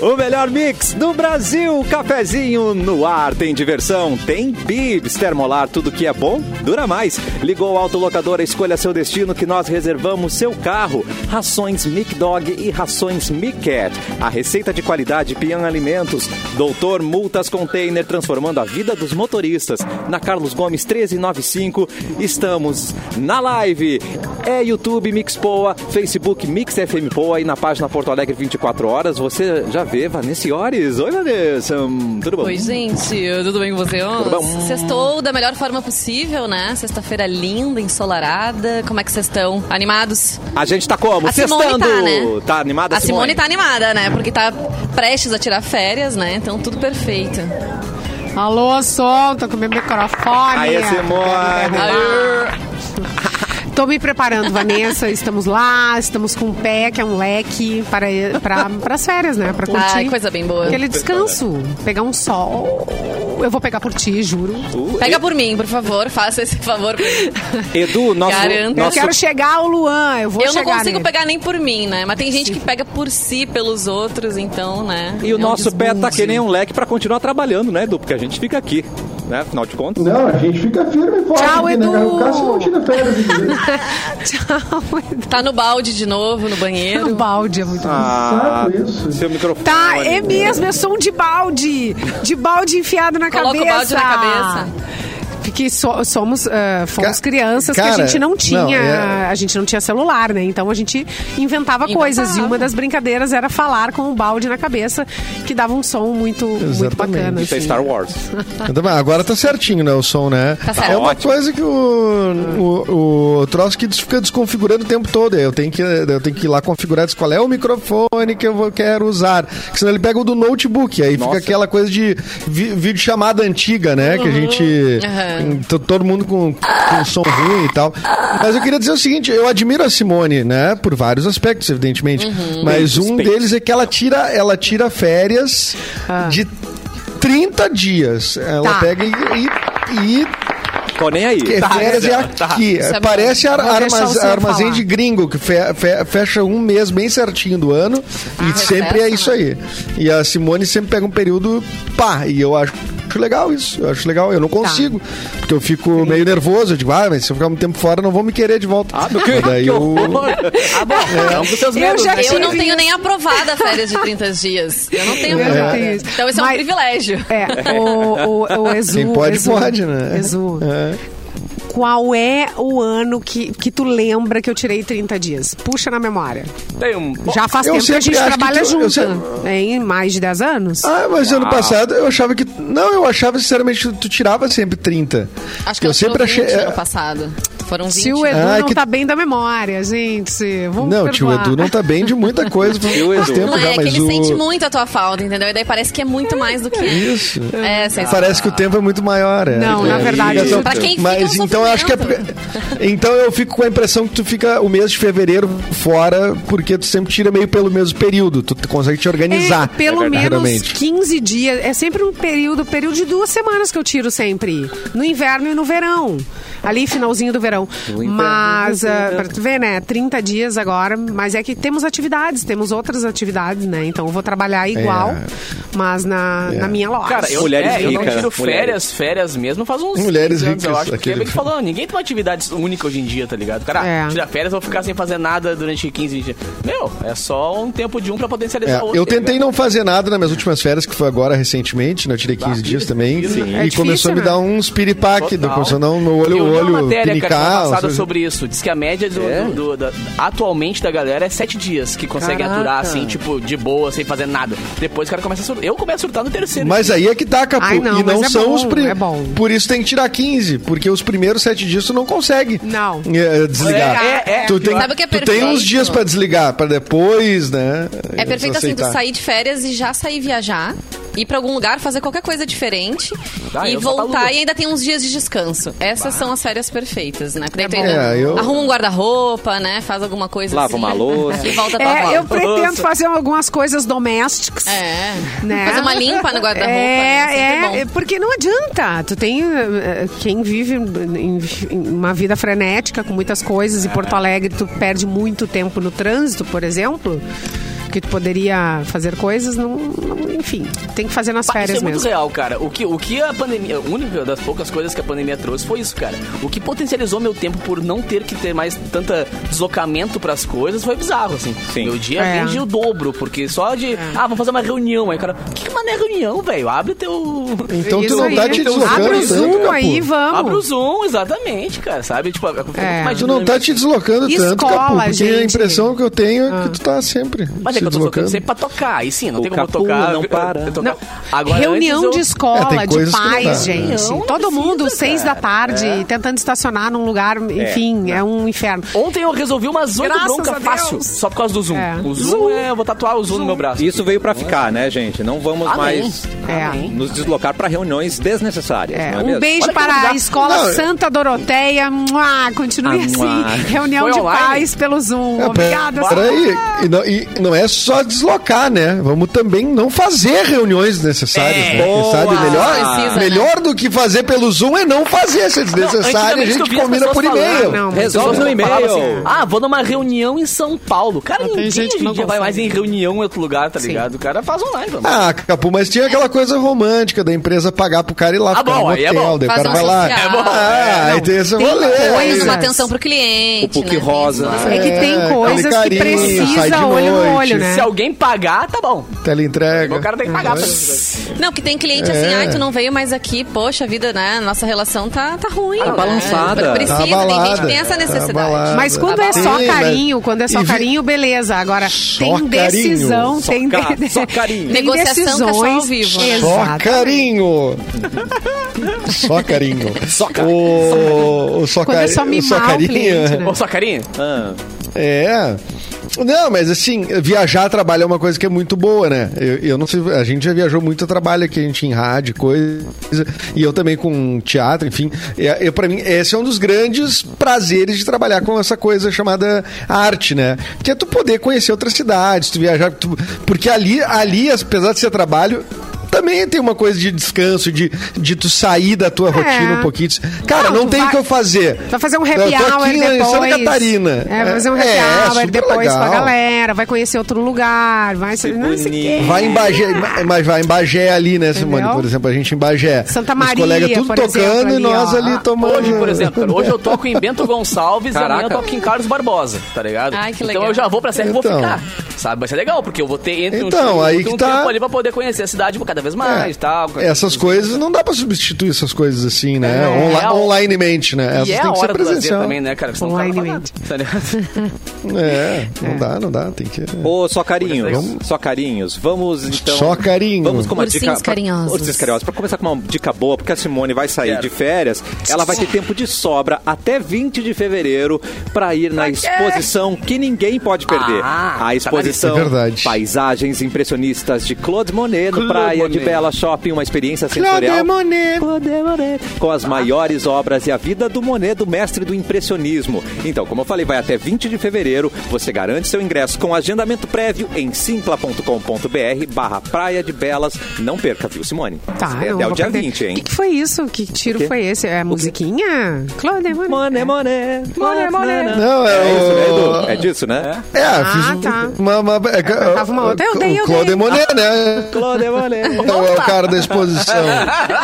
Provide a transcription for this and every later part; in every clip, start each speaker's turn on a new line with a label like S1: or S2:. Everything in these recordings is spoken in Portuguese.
S1: O melhor mix do Brasil. Cafezinho no ar. Tem diversão, tem bibs. Termolar, tudo que é bom, dura mais. Ligou o autolocador, escolha seu destino que nós reservamos seu carro. Rações Mic Dog e rações Mic Cat. A receita de qualidade Pian Alimentos. Doutor Multas Container, transformando a vida dos motoristas. Na Carlos Gomes 1395, estamos na live. É YouTube Mix Poa, Facebook Mix FM Poa e na página Porto Alegre 24 horas. Você já vê Vanessiores. Oi, Vanessa. Hum, Tudo bom?
S2: Oi, gente, tudo bem com vocês?
S1: bom?
S2: Sextou da melhor forma possível, né? Sexta-feira linda, ensolarada. Como é que vocês estão? Animados?
S1: A gente tá como?
S2: A Simone
S1: Sextando.
S2: tá, né?
S1: Tá animada,
S2: a Simone? tá animada, né? Porque tá prestes a tirar férias, né? Então tudo perfeito.
S3: Alô, solta com meu microfone.
S1: Aê, Simone.
S3: Tô me preparando, Vanessa. Estamos lá, estamos com o pé, que é um leque para para as férias, né? Para curtir.
S2: Ai, coisa bem boa.
S3: Aquele descanso, pegar um sol. Eu vou pegar por ti, juro.
S1: Uh,
S2: Pega por mim, por favor. Faça esse favor.
S1: Edu, nosso...
S2: Garanto.
S3: Eu
S1: nosso
S3: quero chegar ao Luan, eu vou
S2: Eu não
S3: chegar
S2: consigo
S3: nele.
S2: pegar nem por mim, né? Mas tem gente que pega por si, pelos outros, então, né?
S1: E o
S2: É um
S1: nosso pé tá
S2: desbunde.
S1: que nem um leque pra continuar trabalhando, né, Edu? Porque a gente fica aqui, né? Afinal de contas.
S4: Não, a gente fica firme e forte.
S3: Tchau,
S4: aqui, né,
S3: Edu.
S4: cara? O Cássio não tira férias. né?
S3: Tchau, Edu.
S2: Tá no balde de novo, no
S3: O
S2: banheiro.
S3: balde é muito
S1: Ah,
S4: saco isso.
S1: seu microfone.
S3: Tá, é mesmo, eu sou um de balde. De balde enfiado na
S2: Coloca o
S3: cabeça.
S2: balde na cabeça.
S3: Porque so- somos, ah, fomos
S5: Ca-
S3: crianças que a
S5: cara,
S3: gente não
S5: não,
S3: tinha.
S5: é-
S3: A gente não tinha celular, né? Então a gente inventava, coisas. E uma das brincadeiras era falar com o balde na cabeça, que dava um som muito, muito
S5: Exatamente.
S3: bacana.
S1: Isso é
S3: assim.
S1: Star Wars.
S5: Então, mas Agora tá certinho, né? O som, né?
S2: Tá certo.
S5: É uma
S1: Ótimo.
S5: coisa que o, o, o troço que des- fica desconfigurando o tempo todo. Eu tenho que, eu tenho que ir lá configurar diz qual é o microfone que eu vou, quero usar. Porque senão ele pega o do notebook. Aí
S1: Nossa.
S5: fica aquela coisa de vi, vídeo chamada antiga, né? Que a gente.
S2: Uhum. Aham.
S5: to- Todo mundo com, com um som ruim e tal. Mas eu queria dizer o seguinte: eu admiro a Simone, né? Por vários aspectos, evidentemente.
S2: Uhum.
S5: Mas um
S1: Respeito.
S5: deles é que ela tira, ela tira férias de 30 dias. Ela
S3: Ah. Tá.
S5: pega e. e, e
S1: Tô nem aí. Tá,
S5: que férias é aqui.
S2: Isso é bom.
S5: Parece ar-
S3: Vou deixar
S5: armaz-
S3: o senhor
S5: armazém
S3: falar.
S5: de gringo, que fe- fe- fecha um mês bem certinho do ano.
S3: Ah,
S5: e sempre
S2: refresca,
S5: é isso
S2: né?
S5: aí. E a Simone sempre pega um período pá. E eu acho. acho legal isso, eu acho legal, eu
S3: Tá.
S5: não consigo, porque eu fico meio nervoso, eu digo, ah, mas se eu ficar muito tempo fora, não vão me querer de volta.
S1: Ah, meu que,
S5: Mas daí
S1: que
S5: eu-
S1: horror. Ah, bom. É um dos seus
S3: Eu
S1: medos,
S3: já
S1: né?
S2: Eu não
S3: Sim.
S2: tenho nem aprovada a férias de 30 dias. Eu não tenho
S3: Eu já
S2: aprovada.
S3: tenho isso.
S2: Então isso é um
S3: Mas-
S2: privilégio.
S3: É, o, o, o Exu.
S5: Quem pode,
S3: Exu,
S5: pode, né?
S3: Exu.
S5: É.
S3: Qual é o ano que, que tu lembra que eu tirei 30 dias? Puxa na memória.
S1: Tem um...
S3: Já faz
S5: eu
S3: tempo que a
S5: sempre
S3: gente
S5: acho que
S3: trabalha
S5: tu- eu
S3: junto.
S5: sempre-
S3: Em mais de 10 anos.
S5: Ah, mas ano passado eu achava que. Não, eu achava sinceramente que tu tirava sempre 30.
S2: Acho que
S5: eu
S2: elas
S5: sempre
S2: foram 20
S5: achei. é-
S2: ano passado. Foram 20.
S3: Se o Edu
S5: Ah, é
S3: não
S5: que-
S3: tá bem da memória, gente. Vamos
S5: Não,
S3: perdoar.
S5: tio Edu não tá bem de muita coisa.
S1: Tio
S5: faz
S1: Edu.
S5: tempo
S2: Não
S5: já,
S2: é, que
S5: mas
S2: ele
S5: o...
S2: sente muito a tua falta, entendeu? E daí parece que é muito mais do que.
S5: Isso.
S2: É, sei lá.
S5: Parece que o tempo é muito maior. É.
S3: Não, na
S5: É,
S3: verdade,
S5: então-
S2: pra quem fica
S5: mas
S2: é um
S5: então eu acho que é
S2: sofrimento.
S5: porque- então eu fico com a impressão que tu fica o mês de fevereiro fora porque tu sempre tira meio pelo mesmo período. Tu consegue te organizar.
S3: É, pelo
S5: é verdade.
S3: menos
S5: Geralmente.
S3: 15 dias. É sempre um período, período de duas semanas que eu tiro sempre. No inverno e no verão. Ali, finalzinho do verão. Mas, ah, pra tu ver, né? 30 dias agora. Mas é que temos atividades, temos outras atividades, né? Então eu vou trabalhar igual,
S5: É.
S3: mas na, na minha loja.
S6: Cara,
S1: Ah,
S6: eu,
S1: Mulheres
S6: é, eu não
S1: ricas,
S6: tiro
S1: mulheres.
S6: férias, férias mesmo, faz uns
S5: Mulheres
S6: 15 anos, eu
S5: ricas,
S6: acho. Que é
S5: aquele-
S6: bem que falando, ninguém tem uma atividade única hoje em dia, tá ligado? Cara,
S3: É.
S6: tira férias, vou ficar sem fazer nada durante 15 dias. Meu, é só um tempo de um pra
S5: É,
S6: potencializar o outro.
S5: eu
S6: tá ligado?
S5: tentei não fazer nada nas minhas últimas férias, que foi agora recentemente, né? Eu tirei 15 dias também. E
S3: É difícil,
S5: começou a me
S3: né?
S5: dar uns piripaque,
S6: Total.
S5: começou a dar um meu olho,
S6: eu li
S5: olho,
S6: uma matéria,
S5: pinicar. É.
S6: cara, semana passada
S5: ou seja,
S6: sobre isso. Diz que a média do, do- do- da- atualmente da galera é sete dias que consegue
S1: Caraca.
S6: aturar, assim, tipo, de boa, sem fazer nada. Depois o cara começa a surtar. Eu começo a surtar no terceiro.
S5: Mas aí é que tá, Capu.
S3: Ai, não,
S5: e não
S3: mas é
S5: são
S3: bom,
S5: os primeiros.
S3: é bom.
S5: Por isso tem que tirar 15, porque os primeiros 7 dias tu não consegue
S3: Não.
S5: eh, desligar.
S6: É, é, é.
S5: tu tem,
S2: Sabe o que é
S5: tu tem
S2: perfeito?
S5: uns dias pra desligar, pra depois, né?
S2: É perfeito assim, tu
S5: aceitar.
S2: sair de férias e já sair viajar, ir pra algum lugar, fazer qualquer coisa diferente
S6: Ah,
S2: e
S6: eu sou
S2: voltar
S6: taludo.
S2: e ainda tem uns dias de descanso. Essas são as férias perfeitas, né? Porque daí tu ainda
S5: É, eu-
S2: arruma um guarda-roupa, né? Faz alguma coisa
S1: Lava
S2: assim.
S1: uma louça.
S2: E volta pra
S3: É,
S2: é,
S3: eu pretendo fazer algumas coisas domésticas.
S2: É.
S3: Né?
S2: Fazer uma limpa no guarda-roupa. né?
S3: É,
S2: Sempre
S3: é, é,
S2: bom.
S3: porque não adianta. Tu tem eh, quem vive em- em uma vida
S2: É
S3: frenética com muitas coisas e Porto Alegre tu perde muito tempo no trânsito, por exemplo. que tu poderia fazer coisas, não, não- enfim, tem que fazer nas
S6: Pá,
S3: férias
S6: isso é muito
S3: mesmo.
S6: real, cara. O que, o que a pandemia. Uma das poucas coisas que a pandemia trouxe foi isso, cara. O que potencializou meu tempo por não ter que ter mais tanta deslocamento pras coisas foi bizarro, assim.
S1: Sim.
S6: Meu dia
S3: É.
S6: rende o dobro, porque só de. Ah, vou fazer uma reunião. Aí, o cara, que, que mané é reunião, velho? Abre teu.
S5: Então
S3: Isso
S5: tu não tá
S3: aí.
S5: te
S3: Abre
S5: deslocando
S3: o Zoom
S5: tanto,
S3: aí,
S5: Capu.
S3: vamos.
S6: Abre o Zoom, exatamente, cara, sabe? Tipo, a- fica
S3: É.
S6: muito mais
S5: Tu não tá
S6: dinâmico.
S5: te deslocando tanto,
S3: Escola,
S5: Capu, porque a
S3: gente.
S5: impressão que eu tenho é que tu tá sempre
S6: Mas é
S5: se
S6: que eu tô tocando
S5: deslocando.
S6: sempre pra tocar. Aí sim, não
S1: O
S6: tem como eu
S1: Capu
S6: tocar.
S1: não
S6: eu-
S1: para.
S6: eu tocar.
S3: Não, reunião de
S6: antes eu-
S5: É, tem
S3: escola, de
S5: coisas que não dá.
S3: pais, gente.
S6: Não, não
S3: Todo
S6: precisa,
S3: mundo, seis
S6: cara.
S3: da tarde,
S6: É.
S3: tentando estacionar num lugar, enfim, é, um inferno.
S6: Ontem eu resolvi umas oito
S3: Graças a
S6: bronca
S3: Deus.
S6: fácil, só por causa do Zoom.
S3: É.
S6: O Zoom, é, eu vou tatuar o Zoom, no meu braço.
S1: Isso veio pra ficar, né, gente? Não vamos
S6: Amém.
S1: mais
S3: É.
S1: nos deslocar pra reuniões desnecessárias,
S3: É,
S1: não é
S3: um
S1: mesmo?
S3: beijo
S6: Olha que
S3: para a
S6: legal.
S3: Escola
S5: Não, eu-
S3: Santa Doroteia. Mua, continue
S1: é- Ah,
S3: assim.
S1: mua.
S3: Reunião
S6: Foi
S3: de
S6: online?
S3: pais pelo Zoom.
S5: É,
S3: Obrigada.
S5: pera- Peraí, e não, e não é só deslocar, né? Vamos também não fazer reuniões necessárias,
S6: É.
S5: né? Quem
S1: boa.
S5: sabe melhor,
S2: Precisa, né?
S5: melhor do que fazer pelo Zoom é não fazer. Se é desnecessário, a
S6: antigamente eu
S5: gente
S6: vi as
S5: combina
S6: pessoas
S5: por
S6: falando.
S5: e-mail.
S3: Não, mas
S1: Resolve no e-mail.
S6: Falava assim, ah, vou numa reunião em São Paulo. Cara, ninguém
S3: gente que
S6: hoje em
S3: não
S6: dia vai
S3: consegue.
S6: mais em reunião em outro lugar, tá
S3: Sim.
S6: ligado? O cara faz online, vamos.
S5: Ah, Capu, mas tinha aquela coisa romântica da empresa pagar pro cara ir lá
S6: Ah,
S5: ficar
S6: bom,
S5: no
S6: aí é
S5: hotel,
S6: bom.
S5: daí o
S2: Faz
S5: cara
S2: um
S5: vai lá.
S2: social.
S5: Ah, aí tem esse rolê.
S2: Coisas,
S5: aí,
S2: uma
S5: né?
S2: atenção pro cliente.
S1: O PUC
S2: né?
S1: rosa.
S3: É que tem
S5: É,
S3: coisas
S5: aquele
S3: que
S5: carinho, sai de
S3: precisa olho no
S5: noite.
S3: olho, né?
S6: Se alguém pagar, tá bom.
S5: Teleentrega.
S6: O cara tem que pagar. pra-
S2: Não, que tem cliente
S1: É.
S2: assim, ai, tu não veio mais aqui, poxa vida, né? Nossa relação tá, tá ruim.
S1: Tá
S2: né?
S1: balançada.
S2: Precisa,
S5: Tá
S2: tem gente
S5: abalada,
S2: que tem essa
S5: tá
S2: necessidade.
S5: abalada.
S3: Mas quando é
S5: Sim,
S3: só
S5: mas-
S3: carinho, quando é
S5: e
S3: só
S5: vi-
S3: carinho, beleza. Agora,
S5: Só
S3: tem decisão, tem,
S1: Só ca-
S3: de-
S1: só carinho.
S3: tem
S2: Negociação, cachorro ao
S3: decisões.
S2: vivo. né?
S5: Só
S3: Exato.
S5: carinho. Só carinho. Só carinho. O, o só
S3: Quando é só
S5: carinho- o
S3: mimar o cliente, né?
S6: Ô, sua carinha,
S1: Ah,
S5: É. Não, mas assim, viajar a trabalho é uma coisa que é muito boa, né? Eu, eu não sei, a gente já viajou muito a trabalho aqui, a gente em rádio, coisa, e eu também com teatro, enfim. É, é, para mim, esse é um dos grandes prazeres de trabalhar com essa coisa chamada arte, né? Que é tu poder conhecer outras cidades, tu viajar, tu- porque ali, ali, apesar de ser trabalho, também tem uma coisa de descanso, de, de tu sair da tua rotina um pouquinho. Cara,
S3: É. Não,
S5: não,
S3: tu
S5: tem o
S3: vai-
S5: que eu fazer.
S3: Vai fazer um
S5: Eu tô
S3: happy hour
S5: aqui
S3: depois.
S5: É, Em Santa Catarina.
S3: É, vai fazer um happy
S5: é
S3: hour
S5: super
S3: depois com a
S5: legal.
S3: galera, vai conhecer outro lugar, vai ser. Não sei o quê.
S1: bonito.
S5: Vai em Bagé, mas vai em Bagé ali, né, Simone?
S3: Entendeu?
S5: Por exemplo, a gente em Bagé.
S3: Santa
S5: Os
S3: Maria,
S5: colegas tudo
S3: por
S5: tocando
S3: exemplo,
S5: e
S3: ali,
S5: nós
S3: ó.
S5: ali tomando.
S6: hoje, por exemplo, cara, hoje eu toco em Bento Gonçalves e amanhã
S1: Caraca.
S6: eu toco em Carlos Barbosa, tá ligado?
S2: Ai, que
S6: Então
S2: legal.
S6: eu já vou pra serra e vou
S5: Então.
S6: ficar. Sabe? Vai ser legal, porque eu vou ter entre
S5: Então,
S6: um show,
S5: aí
S6: eu vou ter
S5: que
S6: um
S5: tá.
S6: tempo ali pra poder conhecer a cidade cada vez mais e tal.
S5: É. Essas coisas não dá pra substituir essas coisas assim, né?
S6: É.
S5: Onla-
S6: É a-
S5: onlinemente, né? Essas
S6: e é
S5: tem
S6: a
S5: que ser
S6: hora do lazer
S5: presencial.
S6: também, né, cara? Porque senão o cara não faz
S3: Online,
S6: nada, tá ligado?
S5: É, não dá, não dá, tem que.
S6: É.
S1: Ô, só carinhos. Só carinhos. Vamos, então...
S5: Só carinho.
S1: Vamos com uma
S2: Ursinhos
S1: dica... pra-
S2: carinhosos.
S1: Ursinhos carinhosos. Pra começar com uma dica boa, porque a Simone vai sair
S6: Quero.
S1: de férias, ela vai ter tempo de sobra até 20 de fevereiro pra ir na exposição que ninguém pode perder.
S6: Ah,
S1: a
S6: tá na
S1: exposição
S5: lista. É verdade.
S1: Paisagens Impressionistas de Claude Monet no
S6: Claude
S1: Praia de
S6: Monet.
S1: Bela Shopping, uma experiência sensorial com as maiores obras e a vida do Monet, do mestre do impressionismo. Então, como eu falei, vai até 20 de fevereiro. Você garante seu ingresso com agendamento prévio em simpla.com.br barra Praia de Belas. Não perca, viu, Simone?
S3: Tá,
S1: é
S3: não
S1: até o
S3: vou
S1: dia
S3: perder.
S1: 20,
S3: O que,
S1: hein?
S3: que foi isso? Que tiro
S1: quê?
S3: foi esse? É a musiquinha? É. Claude, mano.
S1: Monet, Monet,
S3: Monet, Monet.
S5: Não, é,
S1: É isso, né,
S5: o-
S1: Edu? É disso, né?
S5: É,
S3: Ah,
S5: fiz um-
S3: tá.
S5: uma. uma é,
S3: cantava uma outra. Eu
S5: o-
S3: dei, eu
S5: o Claude
S3: dei.
S5: Monet, né?
S1: Claude Monet.
S5: Então é o cara da exposição.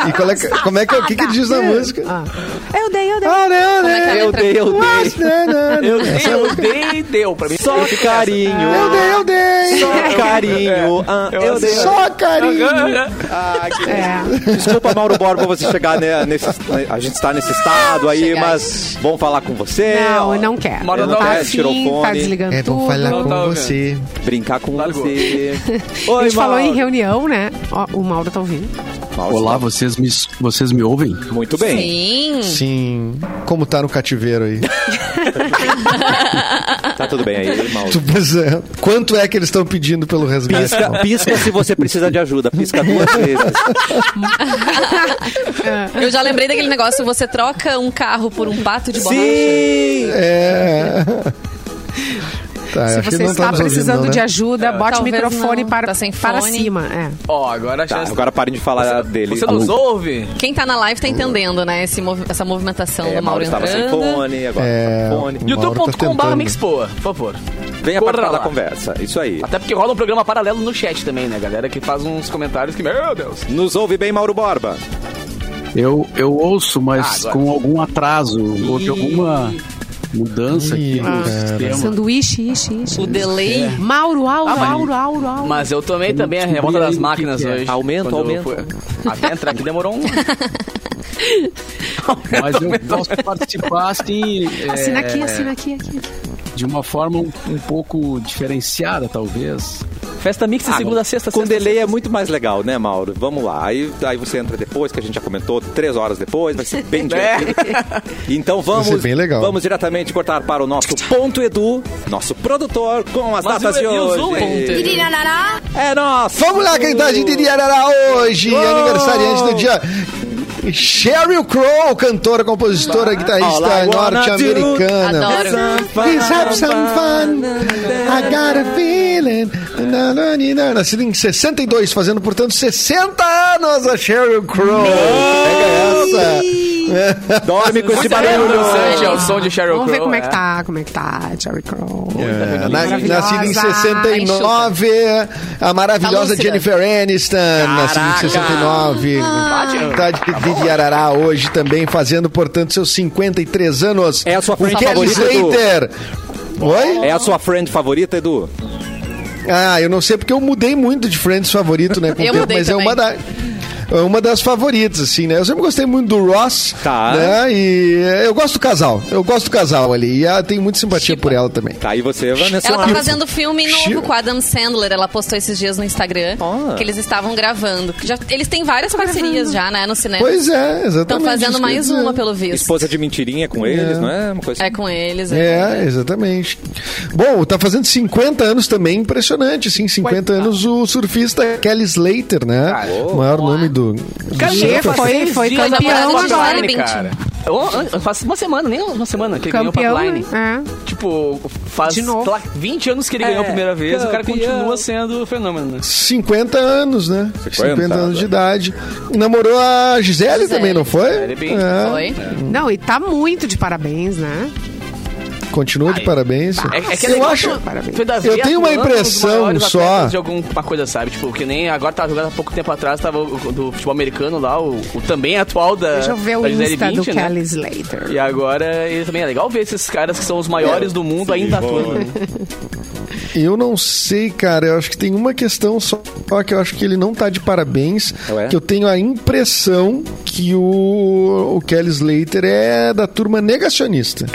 S5: E qual é que- como é que, o que, que diz na música?
S3: Tá. Ah. Eu dei, eu dei.
S5: Ah, não,
S2: é
S3: Tá
S2: que
S5: né?
S2: é?
S1: Eu dei, eu
S5: Mas,
S1: dei.
S5: né, né, né.
S1: Eu dei.
S6: Eu dei, deu pra mim.
S1: Só carinho.
S5: Eu dei, eu dei.
S1: Só carinho. Ah, eu dei.
S5: Só carinho.
S1: Ah, que
S3: É.
S1: Desculpa, Mauro Borba, você chegar né, nesse. A gente está nesse estado aí,
S2: Chegar.
S1: mas vamos falar com você.
S3: Não,
S1: É, ó,
S3: eu não quero.
S6: Mora
S3: Eu
S6: não
S3: tá
S6: quer,
S3: afim,
S1: tirou
S3: tá
S1: fone.
S3: desligando
S5: É bom
S3: tudo.
S5: falar com
S6: tá ouvindo.
S5: você.
S1: Brincar com
S6: Largou.
S1: você.
S3: A
S1: Oi,
S3: gente falou em
S1: Mauro.
S3: reunião, né? Ó, o Mauro tá
S5: Ah,
S3: ouvindo.
S1: Mauro,
S7: Olá, vocês me, vocês me ouvem?
S1: Muito bem.
S3: Hum.
S2: Sim.
S5: Sim. Como tá no cativeiro aí?
S1: Tá tudo bem aí, Mauro.
S5: Tu pensa, Quanto é que eles estão pedindo pelo resgate?
S1: Pisca, pisca se você precisa de ajuda. Pisca duas vezes.
S2: Eu já lembrei daquele negócio, você troca um carro por um pato de borracha.
S1: Sim!
S5: É. Tá,
S3: Se
S5: acho que
S3: você
S5: não tá
S3: está
S5: nos ouvindo,
S3: precisando
S5: não, né?
S3: de ajuda, bote o
S2: É, Talvez
S3: microfone
S2: não,
S3: para,
S2: tá sem
S3: para
S2: fone.
S3: cima. É.
S6: Ó, agora a
S1: Tá,
S6: chance.
S1: agora parem de falar dele.
S6: Você nos ouve?
S2: Quem tá na live tá entendendo, né? esse mov- essa movimentação
S1: É,
S2: do
S1: Mauro
S2: Mauro
S1: estava sem
S2: entrando.
S1: fone, agora
S5: É.
S1: tá com fone.
S5: Mauro tá
S6: youtube.com.br
S5: tentando.
S6: Mixpoa, por favor.
S1: Venha
S6: Corra
S1: participar da
S6: lá.
S1: conversa. Isso aí.
S6: Até porque rola um programa paralelo no chat também, né, galera? Que faz uns comentários que, meu Deus.
S1: Nos ouve bem, Mauro Borba.
S7: Eu, eu ouço,
S6: Ah,
S7: mas
S6: agora.
S7: com algum atraso. Houve alguma mudança aqui
S3: Ah,
S7: no
S3: tá
S7: sistema.
S3: Sanduíche, ixi, ixi.
S2: O delay.
S3: Mauro, Auro,
S6: Ah, mas-
S3: Auro, Auro, Auro.
S6: Mas eu tomei também a
S7: descobri
S6: revolta das
S7: ainda o que
S6: máquinas
S7: que é.
S6: hoje.
S1: Aumenta,
S6: quando eu
S1: aumenta.
S6: fui- Até entrar aqui demorou um.
S7: Mas eu posso participar, assim, é,
S3: Assina aqui, assina aqui, aqui. aqui.
S7: de uma forma um, um pouco diferenciada, talvez.
S6: Festa mix de segunda a sexta.
S1: Com
S6: sexta,
S1: delay é muito mais legal, né, Mauro? Vamos lá. Aí, aí você entra depois, que a gente já comentou, três horas depois, vai ser bem direto. Então
S5: Vai
S1: vamos,
S5: ser bem legal.
S1: vamos diretamente cortar para o nosso ponto Edu, nosso produtor, com as
S6: Mas
S1: datas
S6: e
S1: de
S6: o- e o Zoom?
S1: hoje. É nosso!
S5: Vamos lá, quem tá a gente de Arará hoje, aniversariante do dia. Sheryl Crow, cantora, compositora, guitarrista
S1: All I wanna
S5: norte-americana.
S2: Adoro.
S5: Please have some fun. I got a feeling. Na, na, ni, na. Nascida em 62, fazendo, portanto, 60 anos a Sheryl Crow. Pega essa.
S1: Dorme com esse barulho!
S6: Interessante, é o som de Sheryl
S3: Vamos ver
S6: Crow,
S3: como é que
S6: é.
S3: tá, como é que tá, Jerry Crow.
S5: É, na-
S3: Maravilhosa.
S5: nascida em 69, a
S2: Tá
S5: maravilhosa
S2: lúcida.
S5: Jennifer Aniston, nascida em 69.
S2: Ah,
S5: Tá de, de Arará hoje também, fazendo, portanto, seus 53 anos.
S1: É a sua
S5: O
S1: frente
S5: Kelly
S1: favorita, Edu?
S5: Slater. Oi?
S1: É a sua friend favorita, Edu?
S5: Ah, eu não sei porque eu mudei muito de Friends favorito, né? Com o
S2: Eu
S5: tempo,
S2: mudei
S5: mas
S2: também.
S5: é uma da. é Uma das favoritas, assim, né? Eu sempre gostei muito do Ross,
S1: Tá.
S5: né? E eu gosto do casal. Eu gosto do casal ali. E ah, tenho muita simpatia por ela também.
S1: Tá aí você, Vanessa.
S2: Ela tá
S1: Marques.
S2: fazendo filme novo
S5: Chico.
S2: com Adam Sandler. Ela postou esses dias no Instagram
S1: Ah.
S2: que eles estavam gravando. Já- eles têm
S5: Tá
S2: várias parcerias já, né, no cinema.
S5: Pois é,
S2: Estão
S5: exatamente. isso
S2: fazendo
S5: que é.
S2: mais
S5: eu ia
S2: uma,
S5: dizer.
S2: pelo visto.
S1: Esposa de mentirinha com eles, não é? Uma coisa
S2: É com eles.
S5: É, exatamente. Bom, tá fazendo 50 anos também, impressionante, assim, 50 anos o surfista Kelly Slater, né? o maior nome do... do
S6: Cara, é
S5: surf.
S6: eu
S3: Foi-
S6: passei
S3: foi
S6: esses dias
S2: campeão
S6: atrás de
S2: agora.
S6: online, cara. Eu- eu- Faz uma semana, nem uma semana que ele ganhou
S3: Campeão,
S6: o pipeline.
S3: né?
S6: Tipo, faz
S3: De novo.
S6: sei lá, 20 anos que ele ganhou a primeira vez, o cara continua sendo fenômeno. né?
S5: 50 anos, né?
S1: 50,
S5: 50, anos de
S1: né?
S5: idade. Namorou a Gisele,
S2: Gisele.
S5: também, não foi?
S6: Gisele Bündchen.
S5: É.
S2: Foi.
S3: É. Não, e tá muito de parabéns, né?
S5: Continua de parabéns.
S6: É, é que é
S5: eu
S6: legal
S5: acho...
S6: que foi das
S5: eu
S6: vezes
S5: tenho uma
S6: um dos
S5: impressão
S6: maiores
S5: só.
S6: atletas De alguma coisa, sabe? Tipo, que nem agora tava jogando há pouco tempo atrás, tava o, o do futebol americano lá, o, o também atual da.
S3: Deixa eu ver o
S6: da Gisele
S3: Insta do
S6: Bündchen, né?
S3: Kelly Slater.
S6: E agora ele também é legal ver esses caras que são os maiores do mundo ainda atuando. né?
S5: Eu não sei, cara. Eu acho que tem uma questão só que eu acho que ele não tá de parabéns.
S1: Ué?
S5: Que eu tenho a impressão que o, o Kelly Slater é da turma negacionista.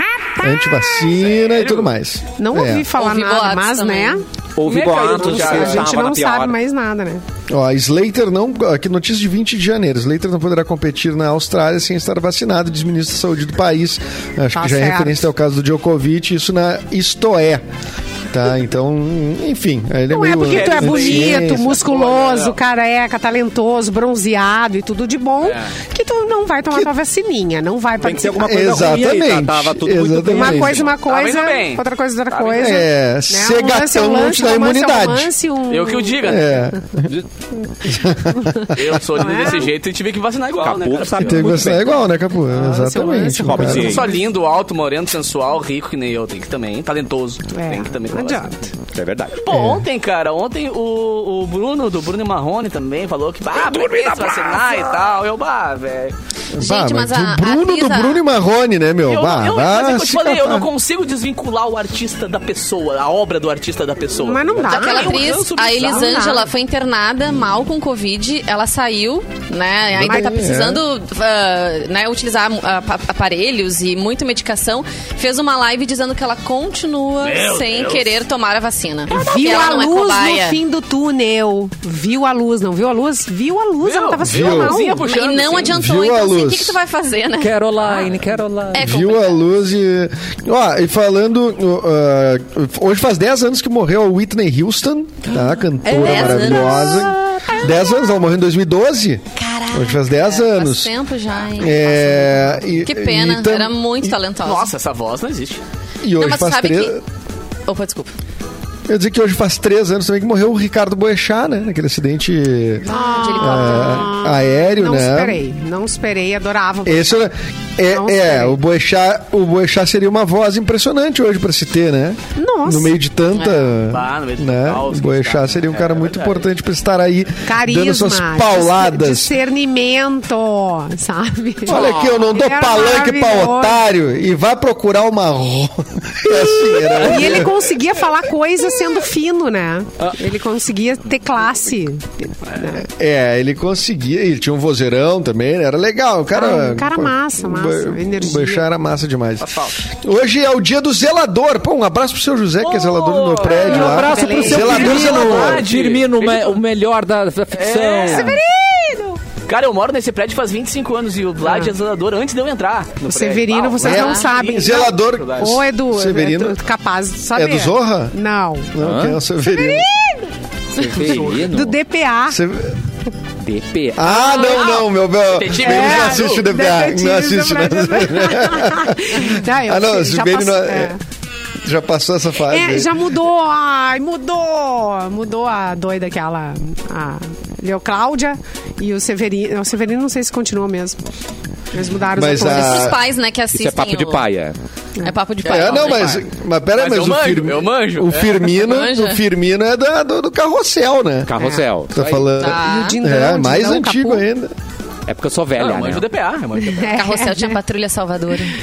S5: Antivacina e tudo mais.
S3: Não
S5: é.
S3: ouvi falar
S2: Ouvi
S3: nada,
S2: boatos
S3: mas,
S2: também.
S3: né?
S1: Houve
S6: Como é que é
S1: boatos
S6: isso,
S1: de
S6: cara?
S1: que
S3: A gente
S1: estava na
S3: não
S1: pior.
S3: sabe mais nada, né?
S5: Ó, Slater não. Aqui, notícia de 20 de janeiro. Slater não poderá competir na Austrália sem estar vacinado, diz ministro da Saúde do país. Acho
S3: Tá
S5: que já é
S3: certo.
S5: referência ao caso do Djokovic, isso na Istoé. Tá, então, enfim. Ele
S3: Não é
S5: meio
S3: porque tu é
S5: anti-
S3: bonito, musculoso,
S6: Olha.
S3: careca, talentoso, bronzeado e tudo de bom,
S6: É.
S3: que tu não vai tomar tua vacininha, não vai
S1: Tem que ser
S3: participar.
S1: alguma coisa ruim aí,
S5: Exatamente.
S1: tá? Tava tudo muito bem.
S5: Exatamente.
S3: Uma coisa, uma
S6: Tá
S3: coisa,
S6: indo bem.
S3: outra coisa, outra
S6: Tá indo
S3: coisa.
S6: bem.
S5: É, ser
S3: Um lance é
S5: gatão
S3: um
S5: não
S3: lance,
S5: te dá
S3: um lance é um
S5: imunidade.
S3: lance, um-
S6: Eu que o diga, né?
S5: É,
S6: Eu sou desse jeito e tive que vacinar igual, né?
S1: Acabou,
S6: cara?
S1: sabe?
S5: tem que
S1: Muito
S5: gostar
S1: bem. Ah,
S5: igual, né, Capu?
S3: lance,
S5: Exatamente.
S3: Rob,
S5: cara.
S6: Eu
S1: Sim.
S6: sou só um lindo, alto, moreno, sensual, rico que nem eu. Tem que também, talentoso.
S3: É,
S6: Tem que também
S3: não
S6: trabalhar.
S3: adianta.
S1: É verdade.
S6: Pô, ontem, cara, ontem o, o Bruno, do Bruno e Marrone também, falou que, ah, pra que se vacinar e tal. Eu, bah, velho.
S5: Bah,
S2: Gente, mas
S5: mas do
S2: a, a
S5: Bruno, do
S2: Pisa-
S5: Bruno e Marrone, né, meu?
S6: Eu,
S5: Bah,
S6: eu,
S5: vá
S6: mas é que eu te
S5: se
S6: falei, eu não
S5: catar.
S6: consigo desvincular o artista da pessoa, a obra do artista da pessoa.
S3: Mas não dá. né?
S5: Ah,
S6: Já
S2: Aquela
S6: tem um
S2: atriz,
S6: ranço
S2: a
S6: bizarro.
S2: Elisângela, foi internada mal com Covid, ela saiu, né? Ainda
S5: Mas-
S2: tá precisando ah, né, utilizar ah, pa- aparelhos e muito medicação. Fez uma live dizendo que ela continua sem querer tomar a vacina. E
S3: Viu
S2: ela
S3: a
S2: não é
S3: luz
S2: cobaia.
S3: no fim do túnel. Viu a luz, não viu a luz? Viu a luz,
S6: Viu?
S3: ela tava
S5: Viu.
S6: Cozinha
S3: sendo mal.
S6: puxando,
S2: E não
S6: assim.
S2: adiantou,
S5: Viu a
S2: então assim, o
S5: luz.
S2: que, que tu vai fazer, né?
S1: Caroline, Caroline.
S2: É
S5: Viu a
S2: complicado.
S5: luz e. Ó, e falando. uh, uh, hoje faz 10 anos que morreu a Whitney Houston, tá? A Cantora
S2: 10 anos.
S5: maravilhosa. 10 anos, ela morreu em 2012.
S2: Caraca,
S5: Hoje faz 10 anos.
S2: Faz tempo já, hein?
S5: É, e-
S2: Que pena,
S5: e tam-
S2: era muito talentosa.
S6: Nossa, essa voz não existe.
S5: E hoje
S2: mas
S5: faz
S2: sabe
S5: 3.
S2: que- Opa, desculpa.
S5: Eu ia dizer que hoje faz três anos também que morreu o Ricardo Boechat, né? Naquele acidente
S2: de helicóptero.
S5: ah, aéreo,
S3: não
S5: né?
S3: esperei, não esperei, adorava.
S5: Esse era- é,
S3: Não
S5: é,
S3: sei.
S5: o Boechat, o Boechat seria uma voz impressionante hoje pra se ter, né?
S3: Nossa.
S5: No meio de tanta,
S6: Bah, É, no meio de
S5: né?
S6: tanto caos
S5: o
S6: que
S5: Boechat
S6: tá.
S5: seria um
S6: É,
S5: cara
S6: é
S5: muito
S6: verdade.
S5: importante pra estar aí
S3: Carisma,
S5: dando suas
S3: dis-
S5: pauladas.
S3: discernimento, sabe?
S5: Olha aqui, eu não dou
S3: Ele era
S5: palanque pra
S3: maravilhoso.
S5: otário e vá procurar uma ro- É assim, era-
S3: E ele conseguia falar coisas sendo fino, né? Ele conseguia ter classe.
S5: É, ele conseguia, ele tinha um vozeirão também, né? era legal. O cara,
S3: Ah, um cara massa, massa, energia.
S5: O Boechat era massa demais.
S6: falta.
S5: Hoje é o dia do zelador. Pô, um abraço pro seu José, que é zelador do
S3: Oh,
S5: meu prédio.
S7: Um
S5: lá.
S7: abraço pro seu
S5: zelador,
S7: Firmino,
S5: zelador.
S6: Verdade.
S7: Firmino, me- o melhor da, da ficção.
S6: É. Cara, eu moro nesse prédio faz 25 anos e o Vlad é zelador antes de eu entrar. No
S3: Ah. O Severino,
S6: você
S3: vocês
S5: é.
S3: não sabem.
S5: Zelador.
S3: Ô, Edu,
S5: Severino.
S3: Severino. capaz de saber.
S5: É do Zorra?
S3: Não.
S5: Não, quem é o Severino?
S7: Severino.
S3: Do DPA.
S5: Sever-
S7: DP.
S5: Ah, não, não, meu. meu
S6: Detetive
S5: meu
S3: é,
S6: Zebrado.
S5: não assiste o DPA.
S3: Detetives
S5: Não assiste,
S3: da Não, Tá, eu
S5: Ah, não,
S3: sei, já
S5: Severino
S3: passou-
S5: é- Já passou essa fase.
S3: É,
S5: aí.
S3: já mudou, ai, mudou. Mudou a doida aquela, a Leocláudia e o Severino. O Severino não sei se continua mesmo. Eles mudaram
S5: Mas
S3: os atores.
S5: a-
S2: Os pais, né, que assistem.
S1: Isso é papo de
S2: o-
S1: paia.
S2: É papo de pai.
S5: ah. É, não,
S2: né?
S5: mas, mas pera,
S6: Mas
S5: mas,
S6: eu
S5: o,
S6: manjo,
S5: Firmi-
S6: eu manjo. é.
S5: o Firmino,
S2: Manja.
S5: o Firmino é da- do, do carrossel, né?
S1: Carrossel.
S5: Tá falando.
S2: Tá.
S3: E o Dindão,
S5: é,
S3: Dindão,
S5: mais
S3: Capu.
S5: antigo ainda.
S1: É porque eu sou velha,
S6: Não, eu
S1: né?
S6: manjo o DPA, eu manjo o DPA.
S2: Carrossel tinha Patrulha Salvadora.
S5: Né?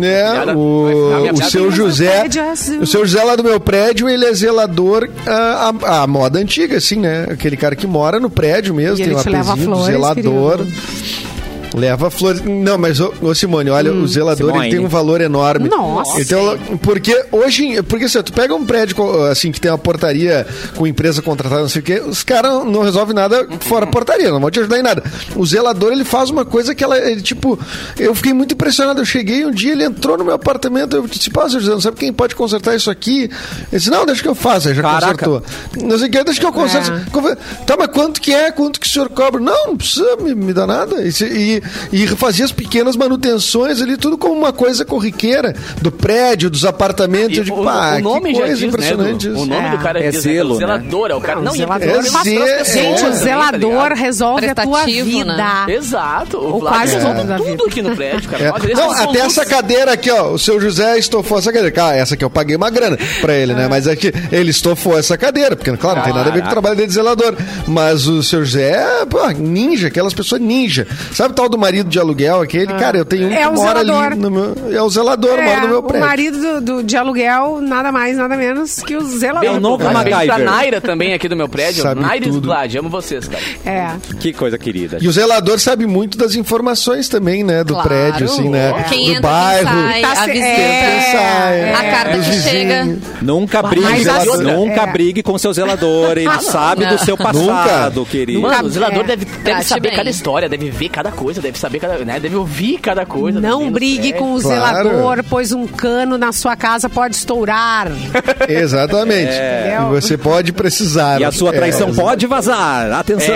S6: Piada-
S5: O,
S6: piada-
S5: o seu José,
S3: prédio azul.
S5: o seu José lá do meu prédio, ele é zelador ah, a, a moda antiga, assim, né? Aquele cara que mora no prédio mesmo,
S3: E
S5: tem
S3: ele
S5: um
S3: te leva
S5: apezinho do
S3: flores,
S5: zelador.
S3: querido. Hum,
S5: Leva flores. Não, mas, ô, ô, Simone, olha, o zelador ele
S1: Simone.
S5: tem um valor enorme.
S3: Nossa.
S5: Então, porque hoje, porque assim, tu pega um prédio co- assim que tem uma portaria com empresa contratada, não sei o quê, os caras não resolvem nada fora a portaria, não vão te ajudar em nada. O zelador, ele faz uma coisa que ela, ele, tipo, eu fiquei muito impressionado. Eu cheguei um dia, ele entrou no meu apartamento, eu disse, pá, seu José, não sabe quem pode consertar isso aqui? Ele disse, não, deixa que eu faço, aí já
S1: Caraca.
S5: consertou. Não sei o que, deixa que eu conserto.
S3: É.
S5: Conver- Tá, mas quanto que é? Quanto que o senhor cobra? Não, não precisa me, me dar nada. E, se- e, e fazia as pequenas manutenções ali, tudo como uma coisa corriqueira, do prédio, dos apartamentos. eu
S6: E
S5: digo, pá, que coisa
S6: né,
S5: impressionante
S6: Edu?
S5: isso.
S6: O nome
S3: É.
S6: do cara
S1: É
S6: diz,
S1: zelo,
S6: né? Zelador, é o cara.
S3: Não,
S6: Não, e
S3: zelador
S6: ele
S5: é
S6: mostra as
S5: zelo.
S6: pessoas
S3: Gente, o
S6: também, tá
S3: zelador
S6: ligado?
S3: resolve a tua
S2: Prestativo,
S3: vida.
S2: né?
S6: Exato. O
S3: Ou
S6: Vlad
S3: quase
S6: resolve
S3: tudo da vida.
S6: tudo aqui no prédio, cara.
S5: É.
S6: Nossa, ele
S5: Não,
S6: resolve
S5: até
S6: tudo.
S5: essa cadeira aqui, ó. O seu José estofou essa cadeira. Cara, essa aqui eu paguei uma grana pra ele,
S2: Ah.
S5: né? Mas é que ele estofou essa cadeira, porque, claro, não tem nada a ver com o trabalho dele de zelador. Mas o seu José é pô, ninja, aquelas pessoas ninja. Sabe o tal do marido de aluguel
S2: Ah.
S5: aquele? Cara, eu tenho um
S3: É
S5: que
S3: o
S5: mora ali
S3: zelador.
S5: no meu. É o zelador, mora no
S3: É,
S5: meu
S3: o
S5: prédio.
S3: marido do, do- de aluguel, nada mais, nada menos que o zelador.
S1: Eu não-
S6: Beijo pra
S1: MacGyver.
S6: Naira também aqui do meu prédio.
S5: Sabe
S6: Naira e
S5: tudo.
S6: Vlad, amo vocês, cara.
S3: É.
S1: Que coisa querida.
S5: E o zelador sabe muito das informações também, né? Do
S2: Claro.
S5: prédio, assim, né?
S2: Quem
S5: do
S2: entra,
S5: bairro.
S2: quem sai,
S3: Tá
S2: a
S3: se-
S2: visita,
S3: é,
S5: é,
S2: a carta
S5: dos
S2: que chega.
S5: vizinhos.
S1: Nunca brigue,
S3: Mas
S1: zela-
S3: a outra-
S1: nunca
S3: é.
S1: brigue com seu zelador. Ele sabe
S2: não.
S1: do seu passado, querido.
S6: Mano, o zelador
S3: é.
S6: deve, deve
S2: Trate
S6: saber
S2: bem.
S6: cada história, deve ver cada coisa, deve saber cada. Né, deve ouvir cada coisa.
S3: Não
S6: deve-
S3: brigue
S6: é.
S3: com o
S5: Claro.
S3: zelador, pois um cano na sua casa pode estourar.
S5: Exatamente.
S2: É.
S5: E você pode precisar.
S1: E a sua traição
S5: É,
S1: pode vazar. Atenção.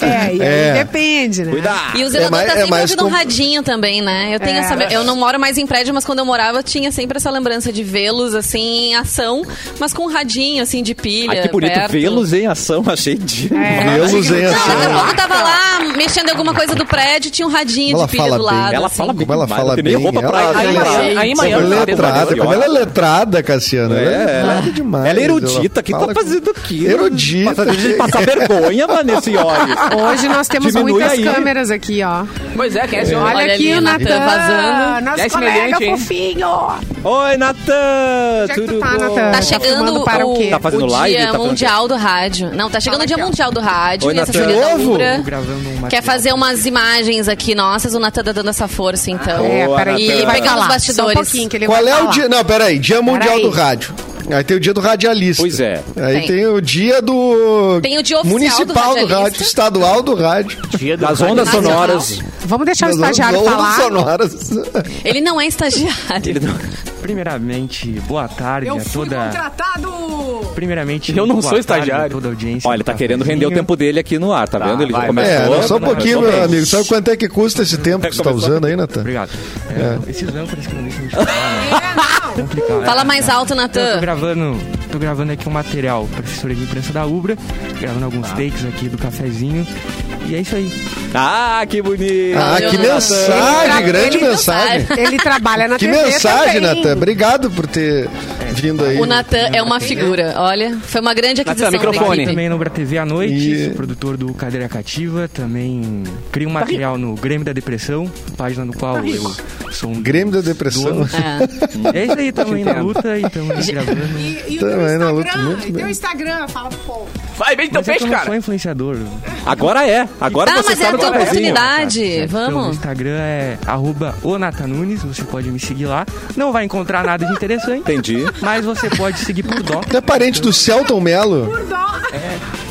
S3: É, e
S5: É.
S3: aí depende, né?
S1: Cuidado.
S2: E o zelador
S5: mais-
S2: tá
S5: é
S2: sempre
S5: mais
S2: ouvindo um
S5: com-
S2: radinho também, né? Eu tenho
S3: É.
S2: essa. Eu não moro mais em prédio, mas quando eu morava, eu tinha sempre essa lembrança de vê-los, assim, em ação, mas com um radinho, assim, de pilha.
S1: Ai, que bonito.
S2: perto.
S1: Vê-los em ação. Achei de...
S5: Vê-los em
S2: Não, daqui a
S5: ação.
S2: pouco eu tava lá mexendo em alguma coisa do prédio, tinha um radinho
S5: Ela
S2: de pilha
S5: fala
S2: do
S5: bem.
S2: lado.
S1: Ela
S2: assim.
S1: fala bem.
S5: Como ela
S1: demais,
S5: fala
S1: não tem nem
S5: bem,
S1: roupa pra
S5: ela-
S1: ir.
S6: Aí em Miami, aí em
S5: Ela é
S6: Miami,
S5: letrada,
S1: maravilhosa.
S5: como ela é letrada, Cassiano. Ela é letrada demais.
S1: Ela é erudita. O que tá
S5: fala com-
S1: fazendo aqui?
S5: Erudita.
S1: Passa- Deixa de passar vergonha, mano, esse óleo.
S3: Hoje nós temos
S1: Diminui
S3: muitas
S1: aí.
S3: câmeras aqui, ó.
S6: Pois é, quem é esse
S3: Olha,
S6: homem?
S2: Olha
S3: aqui
S2: ali,
S3: o
S2: Natan
S3: Natan,
S2: vazando.
S3: nosso
S6: tá É semelhante,
S3: colega
S6: hein?
S3: fofinho. Onde
S1: Oi, Natan.
S3: é que
S1: Tudo
S3: tu tá,
S1: bom?
S3: Natan?
S2: Tá
S3: Fumando
S2: chegando
S3: para o quê?
S1: Tá fazendo
S2: o
S1: live? Tá
S2: Dia
S1: fazendo
S2: Mundial do Rádio. Não, tá chegando o Dia Mundial do Rádio.
S1: Oi,
S2: e essa
S1: Natan.
S2: Juliana
S5: Novo?
S2: Ubra quer fazer umas imagens aqui nossas. O Natan tá dando essa força, então.
S3: É,
S1: Boa,
S3: peraí,
S1: Natan.
S3: que ele
S1: E
S3: vai
S2: pegar os
S3: falar.
S2: bastidores.
S3: Só um pouquinho que ele
S5: Qual
S3: vai
S5: é o
S3: falar.
S5: dia? Não, peraí. Dia Mundial
S3: Peraí.
S5: do Rádio. Aí tem o dia do radialista.
S1: Pois é.
S5: Aí
S2: Tem.
S5: tem, o dia do.
S2: Tem o dia oficial
S5: Municipal
S2: do
S5: do, rádio,
S2: radialista.
S5: estadual do rádio.
S6: Dia do
S1: Das
S6: cara.
S8: Tá
S1: ondas
S2: Nacional.
S1: sonoras.
S3: Vamos deixar o
S5: das
S3: estagiário
S5: ondas
S3: falar.
S5: sonoras.
S2: Ele não é estagiário.
S8: Primeiramente, boa tarde a toda.
S3: contratado!
S8: Primeiramente,
S6: Eu não
S8: boa
S6: sou
S8: tarde
S6: estagiário.
S8: a Toda a audiência né?
S1: Olha, ele
S8: do
S1: tá querendo
S8: cafezinho.
S1: render o tempo dele aqui no ar, tá vendo? Ele já
S6: vai, vai.
S1: começou.
S5: É, só um
S1: começou
S5: pouquinho,
S1: bem.
S5: meu amigo. Sabe quanto é que custa esse tempo que tu tá
S1: Começou
S5: usando aí, Natan?
S1: É.
S8: Obrigado. É, Esses âncoras que não deixam de falar, né?
S3: É, não.
S8: complicado.
S2: Fala mais alto, Natan.
S8: Eu tô gravando, tô gravando aqui um material para assessoria de imprensa da Ubra, gravando alguns
S1: Tá.
S8: takes aqui do cafezinho. E é isso aí.
S1: Ah, que bonito.
S5: Ah, que
S2: Valeu,
S5: mensagem,
S2: Natan.
S5: grande
S2: Ele não
S5: mensagem.
S3: Ele trabalha na
S5: Que
S3: TV
S5: mensagem,
S3: também.
S5: Natan. Obrigado por ter vindo aí.
S2: O Natan é uma figura, olha. Foi uma grande aquisição
S6: Natan, microfone.
S2: da equipe.
S8: Também no Ubra TV à noite,
S5: E-
S8: sou produtor do Cadeira Cativa, também crio um material no Grêmio da Depressão, página no qual eu sou um
S5: Grêmio da Depressão.
S8: dono.
S2: É.
S8: É isso aí, também na luta e estamos gravando.
S3: E, e o
S5: Também,
S3: teu
S5: né,
S3: Instagram,
S5: luto muito
S3: e teu
S5: bem.
S3: Instagram, fala um pro povo.
S6: Vai bem teu
S8: Mas é que
S6: peixe,
S8: eu não sou
S6: Então cara.
S8: influenciador.
S1: Agora é. Agora
S2: Ah,
S1: você
S2: mas é
S1: sabe
S2: a tua
S1: o que fazer.
S2: oportunidade.
S8: Então, o
S2: Vamos.
S8: Instagram é arroba onatanunes, você pode me seguir lá. Não vai encontrar nada de interessante.
S1: Entendi.
S8: Mas você pode seguir por dó.
S5: Tu é parente do Celton Mello?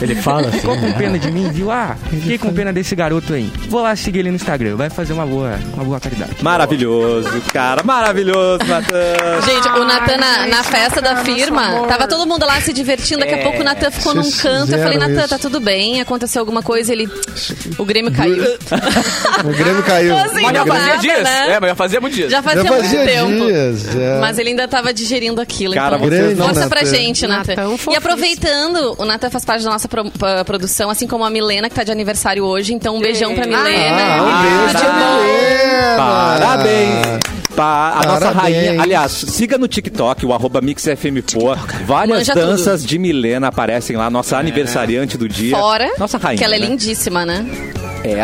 S9: Ele fala assim.
S8: Ficou com pena de mim, viu? Ah, fiquei com pena desse garoto aí. Vou lá seguir ele no Instagram, vai fazer uma boa, uma boa caridade.
S1: Maravilhoso, cara. Maravilhoso, Natan.
S2: Gente, o Natan na,
S3: gente,
S2: na festa da
S3: Natan, nosso
S2: firma,
S3: amor. É.
S2: tava todo mundo lá se divertindo, daqui a pouco o Natan ficou num
S5: Vocês
S2: canto. Eu
S5: fizeram
S2: falei, Natan,
S5: isso.
S2: tá tudo bem? Aconteceu alguma coisa? Ele. O Grêmio caiu.
S5: O Grêmio caiu.
S2: Assim,
S5: O
S6: Mas já
S5: Grêmio-
S6: fazia
S2: Nada,
S6: dias.
S2: né?
S6: É, mas já fazia muitos dias.
S2: Já fazia
S5: Já
S2: muito
S5: fazia
S2: tempo.
S5: dias. é.
S2: Mas ele ainda tava digerindo aquilo.
S1: Cara,
S2: então,
S1: vocês não,
S2: força pra
S5: Natan.
S2: gente, Natan.
S3: Natan, é um
S2: E
S3: fofíssimo.
S2: aproveitando, o Natan faz parte da nossa pro- pa- produção, assim como a Milena, que tá de aniversário hoje. Então, um beijão
S3: É.
S2: pra Milena.
S5: Ah, um
S2: Tudo
S5: beijo
S2: de
S5: pra
S2: bom.
S5: Helena.
S1: Parabéns. Pa- a nossa
S5: Parabéns.
S1: rainha, aliás, siga no TikTok, o arroba MixFMPoa. Várias
S2: Manja
S1: danças de Milena aparecem lá,
S5: É.
S1: nossa aniversariante do dia.
S2: Fora,
S1: nossa rainha.
S2: que ela é
S1: né?
S2: lindíssima, né?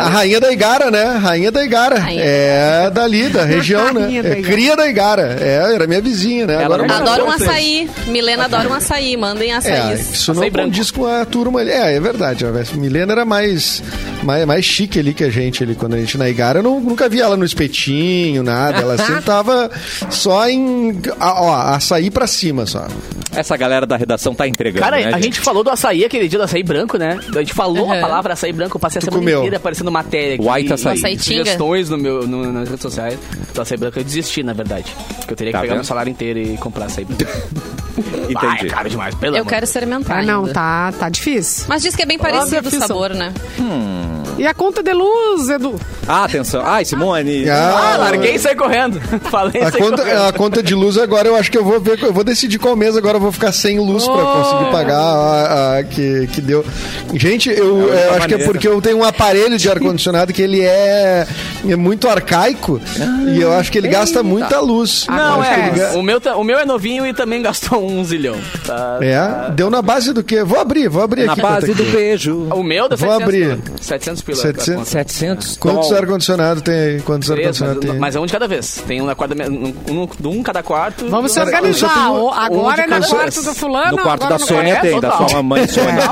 S5: A rainha da Igara, né? Rainha da Igara.
S2: Rainha.
S5: É dali, da região, né?
S3: Rainha da
S5: É
S3: Igara.
S5: cria da Igara. É, era minha vizinha, né?
S1: Ela era uma-
S2: Adoro um
S1: vocês.
S2: açaí. Milena adora um açaí. Mandem
S5: É,
S2: açaís.
S5: isso não
S6: Açaí branco.
S5: condiz com a turma ali. É, é verdade. A Milena era mais, mais, mais chique ali que a gente ali. Quando a gente na Igara, eu não- nunca via ela no espetinho, nada. Ela sempre tava só em. a- Ó, açaí pra cima só.
S1: Essa galera da redação tá entregando,
S6: Cara,
S1: né,
S6: a gente falou do açaí aquele dia do açaí branco, né? A gente falou
S2: Uhum.
S6: a palavra açaí branco, eu passei a
S5: Tu
S6: semana
S5: comeu.
S6: inteira aparecendo matéria aqui.
S1: White açaí.
S2: Açaí tinga.
S6: Sugestões no meu, no- nas redes sociais do açaí branco. Eu desisti, na verdade. Porque eu teria que
S1: Tá
S6: pegar
S1: vendo?
S6: meu salário inteiro e comprar açaí branco. Ah, é
S1: Entendi.
S6: caro demais, pelo
S2: Eu
S6: amor.
S2: quero experimentar.
S3: Ah, não,
S2: ainda.
S3: tá, tá difícil.
S2: Mas diz que é bem parecido o
S6: definição.
S2: sabor, né?
S3: E a conta de luz, Edu?
S1: Ah, atenção. Ai, Simone.
S6: Ah, larguei e saí correndo. Falei e
S5: A
S6: saí correndo.
S5: conta, a conta de luz agora eu acho que eu vou ver, eu vou decidir qual mês agora eu vou ficar sem luz pra conseguir pagar a, a que, que deu. Gente, eu,
S1: É,
S5: eu
S1: tá
S5: acho que é
S1: maneiro.
S5: porque eu tenho um aparelho de ar-condicionado que ele é, é muito arcaico
S1: Ah,
S5: e eu acho que ele gasta muita luz.
S6: Não,
S5: Acho que
S6: é.
S5: ele ga-
S6: O meu, tá- o meu é novinho e também gastou um zilhão. Tá.
S5: É, deu na base do quê? Vou abrir, vou abrir
S1: Na
S5: aqui.
S1: base
S5: quanto
S1: do
S5: é que-
S1: beijo.
S6: O meu dá
S5: Vou
S6: 700
S5: abrir.
S6: pila. 700 pila.
S5: 700.
S1: 700
S5: Quantos
S1: dólar.
S5: ar-condicionado tem aí? Quantos
S6: Três,
S5: ar-condicionado
S6: mas,
S5: tem?
S6: mas é um de cada vez. Tem um, na quadra, um, um, um cada quarto.
S3: Vamos se
S5: Cara, eu só
S3: organizar.
S5: tenho
S3: O- agora
S5: um
S3: é no
S5: de
S3: quarto do fulano,
S1: No quarto da
S3: agora no
S1: Sônia
S6: É,
S1: tem, da
S6: total.
S1: sua mamãe Sônia.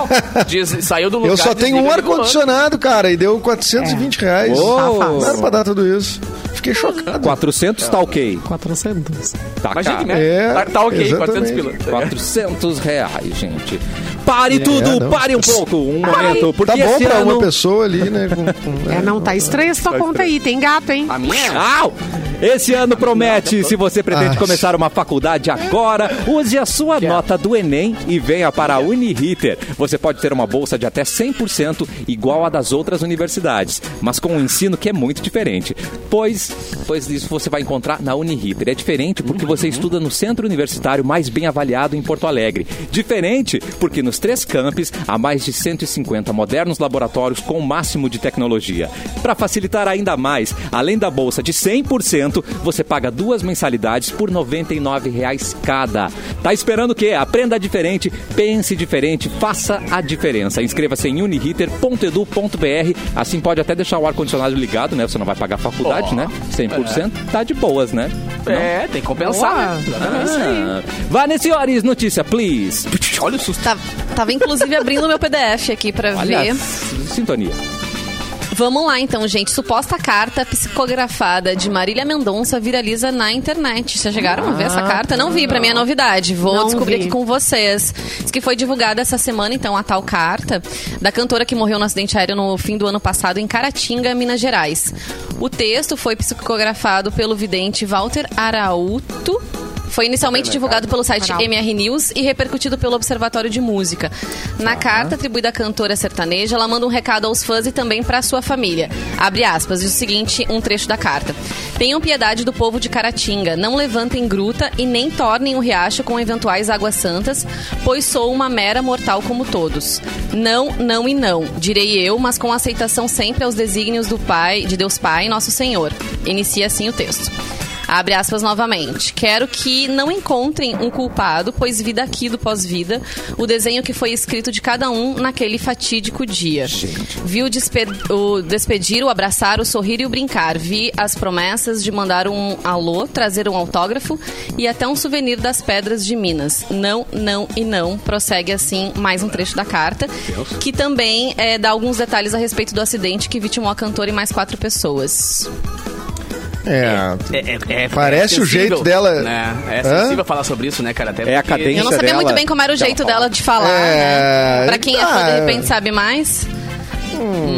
S6: Diz, saiu do lugar.
S5: Eu só tenho um
S6: desliga e ligou outro.
S5: ar-condicionado, cara, e deu 420 reais.
S1: Uou.
S5: Não era pra dar tudo isso. Fiquei chocado.
S1: 400 tá ok.
S3: 400.
S1: Tá
S6: Imagina que
S1: caro.
S6: merda.
S5: É,
S6: tá, tá ok,
S5: exatamente.
S6: 400 pila.
S1: 400 reais, gente. Pare
S5: é,
S1: tudo,
S5: não.
S1: pare um pouco, um momento. Porque
S5: Tá bom
S1: esse
S5: pra
S1: ano...
S5: uma pessoa ali, né? com- com-
S3: É, não, tá estranha essa tua conta aí. Tem gato, hein?
S6: A minha?
S1: Au! Esse ano promete, se você pretende
S5: Ah.
S1: começar uma faculdade agora, use a sua nota do Enem e venha para a Uniriter. Você pode ter uma bolsa de até 100% igual à das outras universidades, mas com um ensino que é muito diferente. Pois, pois isso você vai encontrar na Uniriter. É diferente porque você
S6: Uhum.
S1: estuda no centro universitário mais bem avaliado em Porto Alegre. Diferente porque nos três campos há mais de 150 modernos laboratórios com o máximo de tecnologia. Para facilitar ainda mais, além da bolsa de 100%, você paga duas mensalidades por R$ 99,00 cada. Tá esperando o quê? Aprenda diferente, pense diferente, faça a diferença. Inscreva-se em uniriter.edu.br. Assim pode até deixar o ar-condicionado ligado, né? Você não vai pagar a faculdade, né? 100%. Tá de boas, né?
S6: É, tem que compensar. né?
S1: Ah. Vá nesse horas, notícia, please.
S6: Olha o susto.
S2: Tá- tava inclusive abrindo meu PDF aqui pra ver.
S1: Aliás, sintonia.
S2: Vamos lá então, gente. Suposta carta psicografada de Marília Mendonça viraliza na internet. Vocês chegaram a ver essa carta? Não vi, pra mim é novidade. Vou
S3: Não
S2: descobrir
S3: vi.
S2: aqui com vocês. Diz que foi divulgada essa semana, então, a tal carta da cantora que morreu no acidente aéreo no fim do ano passado em Caratinga, Minas Gerais. O texto foi psicografado pelo vidente Walter Arauto. Foi inicialmente divulgado pelo site MR News e repercutido pelo Observatório de Música. Na carta atribuída à cantora sertaneja, ela manda um recado aos fãs e também para sua família. Abre aspas, diz o seguinte, um trecho da carta. Tenham piedade do povo de Caratinga, não levantem gruta e nem tornem o riacho com eventuais águas santas, pois sou uma mera mortal como todos. Não, não e não, direi eu, mas com aceitação sempre aos desígnios do Pai, de Deus Pai, nosso Senhor. Inicia assim o texto. Abre aspas novamente. Quero que não encontrem um culpado, pois vida aqui do pós-vida, o desenho que foi escrito de cada um naquele fatídico dia. Vi o, despe o despedir, o abraçar, o sorrir e o brincar. Vi as promessas de mandar um alô, trazer um autógrafo e até um souvenir das pedras de Minas. Não, não e não. Prossegue assim mais um trecho da carta, que também eh, dá alguns detalhes a respeito do acidente que vitimou a cantora e mais quatro pessoas.
S5: É,
S6: É- é- é-
S5: Parece
S6: é
S5: o jeito
S6: sensível,
S5: dela-
S6: né? É
S5: Hã?
S6: sensível falar sobre isso, né, cara? Até
S1: É a
S6: porque-
S1: cadência
S2: Eu não sabia
S1: dela.
S2: muito bem como era o jeito dela de falar,
S5: Então, É,
S2: né? Pra quem é fã,
S5: tá.
S2: de repente, sabe mais.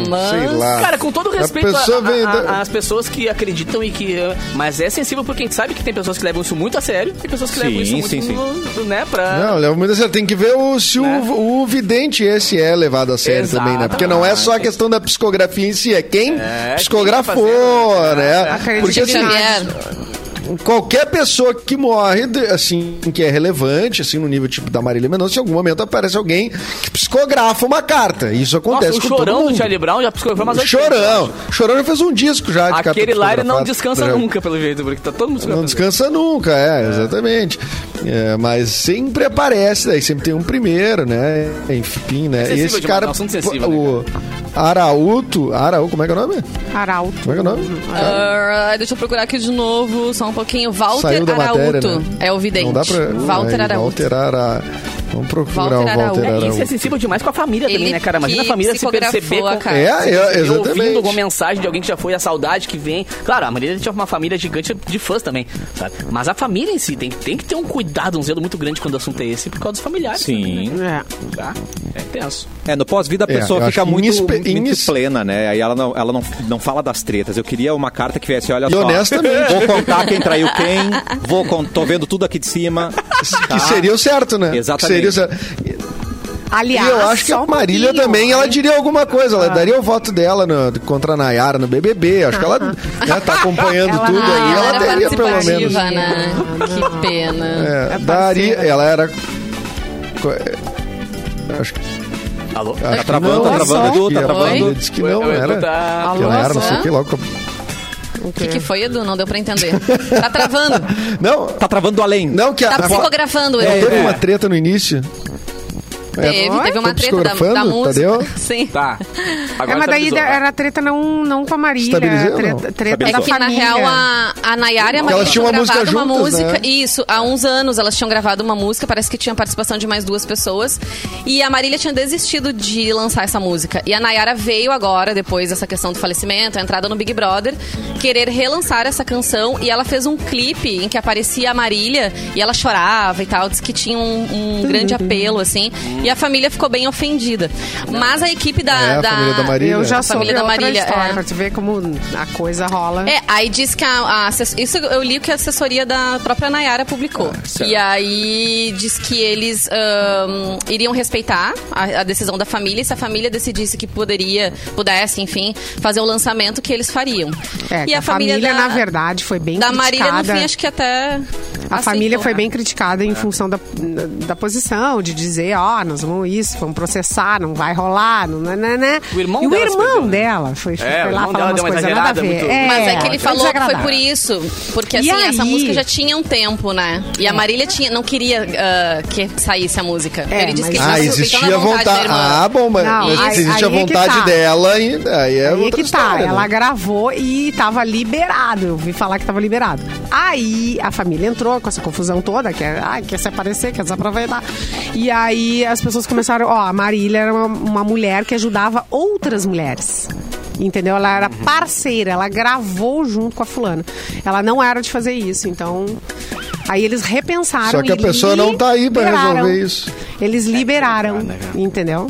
S2: Mas...
S5: hum, sei lá.
S6: Cara, com todo
S5: Ah. A
S6: respeito a-
S5: pessoa
S6: a-
S5: veio
S6: a-
S5: da-
S6: às pessoas que acreditam e que. eh, Mas é sensível porque a gente sabe que tem pessoas que levam isso muito a sério e pessoas que
S1: Sim,
S6: levam isso
S1: sim,
S6: muito.
S1: sim.
S6: no- né, pra.
S5: Não, leva muito a sério. Tem que ver o- se
S6: Né?
S5: o, o vidente esse é levado a sério também, né? Porque não é só a questão da psicografia em si, é quem
S6: É,
S5: psicografou,
S6: quem tá fazendo,
S5: né?
S3: né?
S5: Porque
S3: Acredito
S5: assim,
S2: Xavier,
S5: qualquer pessoa que morre, de- assim, que é relevante, assim, no nível tipo da Marília Mendonça, em algum momento aparece alguém que psicografa uma carta. Isso
S6: Nossa,
S5: acontece
S6: o
S5: com
S6: um chorão
S5: todo
S6: do
S5: mundo. Um
S6: Charlie Brown já psicografou umas oito vezes, né?
S5: Chorão.
S6: eu acho.
S5: Chorão já fez um disco já de
S6: Aquele
S5: carta
S6: lá ele não
S5: psicografada.
S6: descansa
S5: Já-
S6: nunca, pelo jeito, porque tá todo mundo
S5: Não
S6: psicografando.
S5: descansa nunca, é, exatamente. É, mas sempre aparece, daí sempre tem um primeiro, né? Enfim, né?
S6: Sensível
S5: Esse
S6: demais,
S5: cara.
S6: é um assunto sensível,
S5: o Arauto. Arau, como é que é o nome?
S3: Arauto.
S5: Como é que é o nome?
S2: ah, deixa eu procurar aqui de novo, só um pouquinho. Walter
S5: Saiu da
S2: Arauto
S5: matéria, né?
S2: é o vidente.
S5: Não dá pra.
S2: Walter
S5: aí,
S2: Arauto.
S5: Walter é Ara- Vamos procurar
S2: Walter
S5: o Walter
S2: Arauto.
S6: É,
S5: Arauto.
S6: isso é sensível demais com a família
S2: Ele
S6: também, né, cara? Imagina a
S2: que
S6: família se
S2: psicografou
S6: perceber
S2: a Ah,
S6: com,
S2: carta.
S5: É, é,
S6: Eu ouvindo alguma
S5: exatamente.
S6: mensagem de alguém que já foi, a saudade que vem. Claro, a Marília tinha é uma família gigante de fãs também, sabe? Mas a família em si tem, que- tem que ter um cuidado, um zelo muito grande quando o assunto é esse, por causa dos familiares. também, né?
S1: Sim.
S3: É.
S6: Tá? É tenso.
S1: É, no pós-vida a
S5: É,
S1: pessoa
S5: eu
S1: fica
S5: acho que
S1: muito,
S5: inespe-
S1: muito
S5: ines-
S1: plena, né? Aí ela, não, ela não, não fala das tretas. Eu queria uma carta que viesse, olha
S5: E né?
S1: só.
S5: honestamente.
S1: Vou contar quem traiu quem. Vou con- tô vendo tudo aqui de cima.
S5: Que seria o certo, né?
S1: tá? Exatamente.
S5: Que seria o certo.
S3: Aliás,
S5: e
S2: Ah,
S5: eu acho que
S3: só
S5: a
S3: um
S5: Marília
S3: pouquinho.
S5: também, ela diria alguma coisa. Ela daria o voto dela no- contra a Nayara no BBB. Acho que ela né, tá acompanhando
S3: Ela-
S5: tudo
S3: Ah,
S5: aí.
S2: Ah. ela
S5: Ela
S2: era
S5: daria pelo
S2: participativa,
S5: menos.
S2: né? Que pena.
S5: É,
S3: É
S5: daria,
S3: parceira.
S5: ela era. co- é, Acho que.
S6: Alô?
S5: acho
S1: Tá
S5: que
S1: travando,
S5: não,
S1: tá
S5: acho
S1: travando,
S5: que
S1: Edu, tá
S5: a
S1: travando.
S5: Marília disse Ah, que
S6: Eu-
S5: não,
S6: eu- eu
S5: era.
S6: tô- tá.
S5: Que ela era, não sei o que
S2: Alô?
S5: logo.
S2: O que, que foi, Edu? Não deu pra entender. Tá travando.
S5: Não,
S1: Tá travando além.
S5: não que a.
S2: Tá
S5: a-
S2: psicografando,
S5: Não,
S2: Edu.
S5: teve uma treta no início? É,
S2: Teve, teve uma
S5: Tô
S2: treta da, da
S5: Tá psicografando,
S2: música.
S5: Tadeu?
S2: Sim.
S6: Tá. Agora
S3: É, mas daí
S6: estabilizou, vai.
S3: era treta não, não com a Marília,
S5: Estabilizou,
S3: era treta,
S5: não?
S3: treta
S1: É
S2: É
S3: da
S2: que, na
S3: família.
S2: real, a, a Nayara e a
S5: Porque
S2: Marília
S5: elas
S2: tinham
S5: tinham uma música
S2: gravado uma
S5: juntas,
S2: música.
S5: né?
S2: Isso, há uns anos elas tinham gravado uma música, parece que tinha participação de mais duas pessoas. E a Marília tinha desistido de lançar essa música. E a Nayara veio agora, depois dessa questão do falecimento, a entrada no Big Brother, querer relançar essa canção. E ela fez um clipe em que aparecia a Marília e ela chorava e tal, disse que tinha um, um grande apelo, assim. E a família ficou bem ofendida. Mas a equipe da.
S5: É, a família da Marília.
S3: Eu já
S5: A
S3: soube
S2: família da
S3: outra
S2: Marília,
S3: história,
S2: é.
S3: pra te ver como a coisa rola.
S2: É, aí diz que a, a assess- isso eu li que a assessoria da própria Nayara publicou.
S3: Ah,
S2: e aí diz que eles ahn, iriam respeitar a, a decisão da família e se a família decidisse que poderia, pudesse, enfim, fazer o lançamento que eles fariam.
S3: É,
S2: e
S3: que a família,
S2: da-
S3: na verdade, foi bem
S2: da
S3: criticada.
S2: Marília no fim acho que até
S3: A família
S2: aceitou. né?
S3: foi bem criticada em função da, da posição, de dizer, ó, nós vamos isso, vamos processar, não vai rolar, não, né, né, né.
S6: O irmão
S3: e o
S6: dela se
S3: irmão
S6: perdeu, né?
S3: dela foi, foi
S6: É, o
S3: lá
S6: irmão
S3: falar
S6: dela
S3: umas
S6: deu uma
S3: coisas nada a ver.
S6: exagerada, muito-
S2: Mas é que ele falou que foi por
S3: desagradável.
S2: isso. Porque assim,
S3: E
S2: essa
S3: aí?
S2: música já tinha um tempo, né? E a Marília tinha, não queria ah, que saísse a música.
S3: É,
S2: ele disse que
S3: mas-
S5: Ah,
S2: tinha então,
S5: existia vontade.
S2: né, irmã.
S5: Ah, bom, mas
S3: Não,
S5: mas
S3: aí-
S5: se existe a
S3: aí é que
S5: vontade
S3: tá.
S5: dela, aí aí é
S3: Aí é
S5: outra
S3: que tá,
S5: história, né?
S3: ela gravou e tava liberado. Eu vi falar que tava liberado. Aí a família entrou com essa confusão toda, quer, ai, quer se aparecer, quer se aproveitar. E aí as pessoas começaram, ó, a Marília era uma, uma mulher que ajudava outras mulheres. Entendeu? Ela era
S5: Uhum.
S3: parceira, ela gravou junto com a fulana. Ela não era de fazer isso, então. Aí eles repensaram.
S5: Só que a
S3: e
S5: pessoa não tá aí pra É,
S3: liberaram.
S5: resolver isso.
S3: Eles liberaram, entendeu?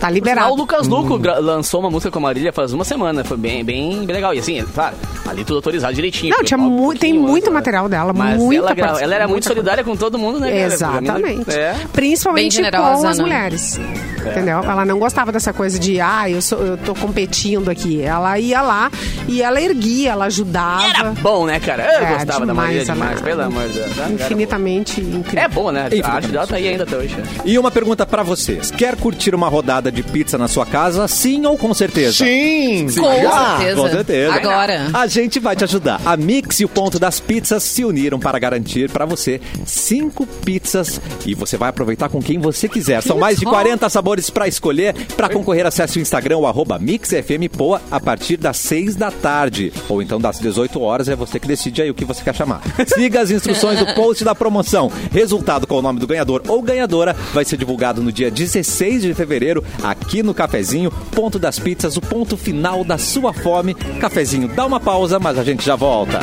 S3: Tá
S6: Ah, o
S3: liberado.
S6: Lucas
S1: Uhum.
S6: Luco gra- lançou uma música com a Marília faz uma semana. Foi bem, bem, bem legal. E assim, claro, ali tudo autorizado direitinho.
S3: Não,
S6: porque
S3: tinha
S6: o palco
S3: mu- tem
S6: pouquinho,
S3: muito
S6: né?
S3: material dela,
S6: Mas
S3: muita
S6: ela, gra-
S3: participação,
S6: ela era muito
S3: muita
S6: solidária com todo mundo, né? cara?
S3: Exatamente.
S6: É.
S2: Bem
S3: Principalmente
S2: generosa,
S3: com as
S2: né?
S3: mulheres. Entendeu? Ela não gostava dessa coisa de, ah, eu, sou, eu tô competindo aqui. Ela ia lá e ela erguia, ela ajudava.
S6: Era bom, né, cara? Eu
S3: É,
S6: gostava da
S3: demais,
S6: Marília
S3: ela-
S6: demais, pelo amor de Deus. Ela era boa.
S3: Infinitamente incrível.
S6: É boa, né? A arte
S1: Infinitamente.
S6: dela tá aí ainda até hoje. né?
S1: E uma pergunta pra vocês. Quer curtir uma rodada de pizza na sua casa? Sim ou com certeza?
S5: Sim!
S2: Com
S1: Já?
S2: certeza.
S1: Com certeza.
S2: Agora.
S1: A gente vai te ajudar. A Mix e o Ponto das Pizzas se uniram para garantir para você cinco pizzas e você vai aproveitar com quem você quiser. São mais de 40 sabores para escolher. Para concorrer, acesse o Instagram, o arroba MixFMPoa, a partir das 6 da tarde. Ou então das 18 horas, é você que decide aí o que você quer chamar. Siga as instruções do post da promoção. Resultado com o nome do ganhador ou ganhadora vai ser divulgado no dia 16 de fevereiro, aqui no Cafezinho, Ponto das Pizzas, o ponto final da sua fome. Cafezinho, dá uma pausa, mas a gente já volta.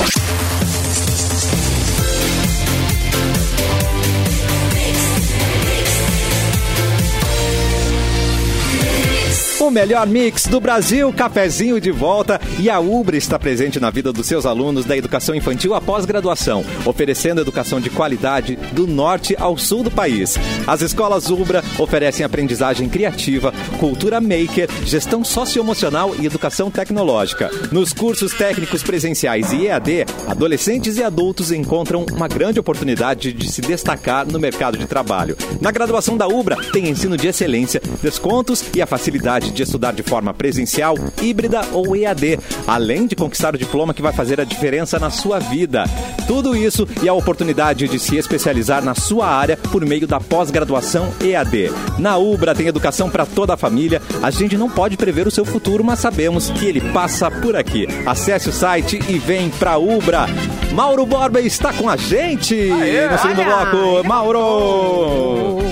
S1: O melhor mix do Brasil, cafezinho de volta e a Ubra está presente na vida dos seus alunos da educação infantil após graduação, oferecendo educação de qualidade do norte ao sul do país. As escolas Ubra oferecem aprendizagem criativa, cultura maker, gestão socioemocional e educação tecnológica. Nos cursos técnicos presenciais e EAD, adolescentes e adultos encontram uma grande oportunidade de se destacar no mercado de trabalho. Na graduação da Ubra, tem ensino de excelência, descontos e a facilidade de estudar de forma presencial, híbrida ou EAD, além de conquistar o diploma que vai fazer a diferença na sua vida. Tudo isso e a oportunidade de se especializar na sua área por meio da pós-graduação EAD. Na Ubra tem educação para toda a família. A gente não pode prever o seu futuro, mas sabemos que ele passa por aqui. Acesse o site e vem pra Ubra. Mauro Borba está com a gente no segundo
S3: olha.
S1: bloco. Mauro!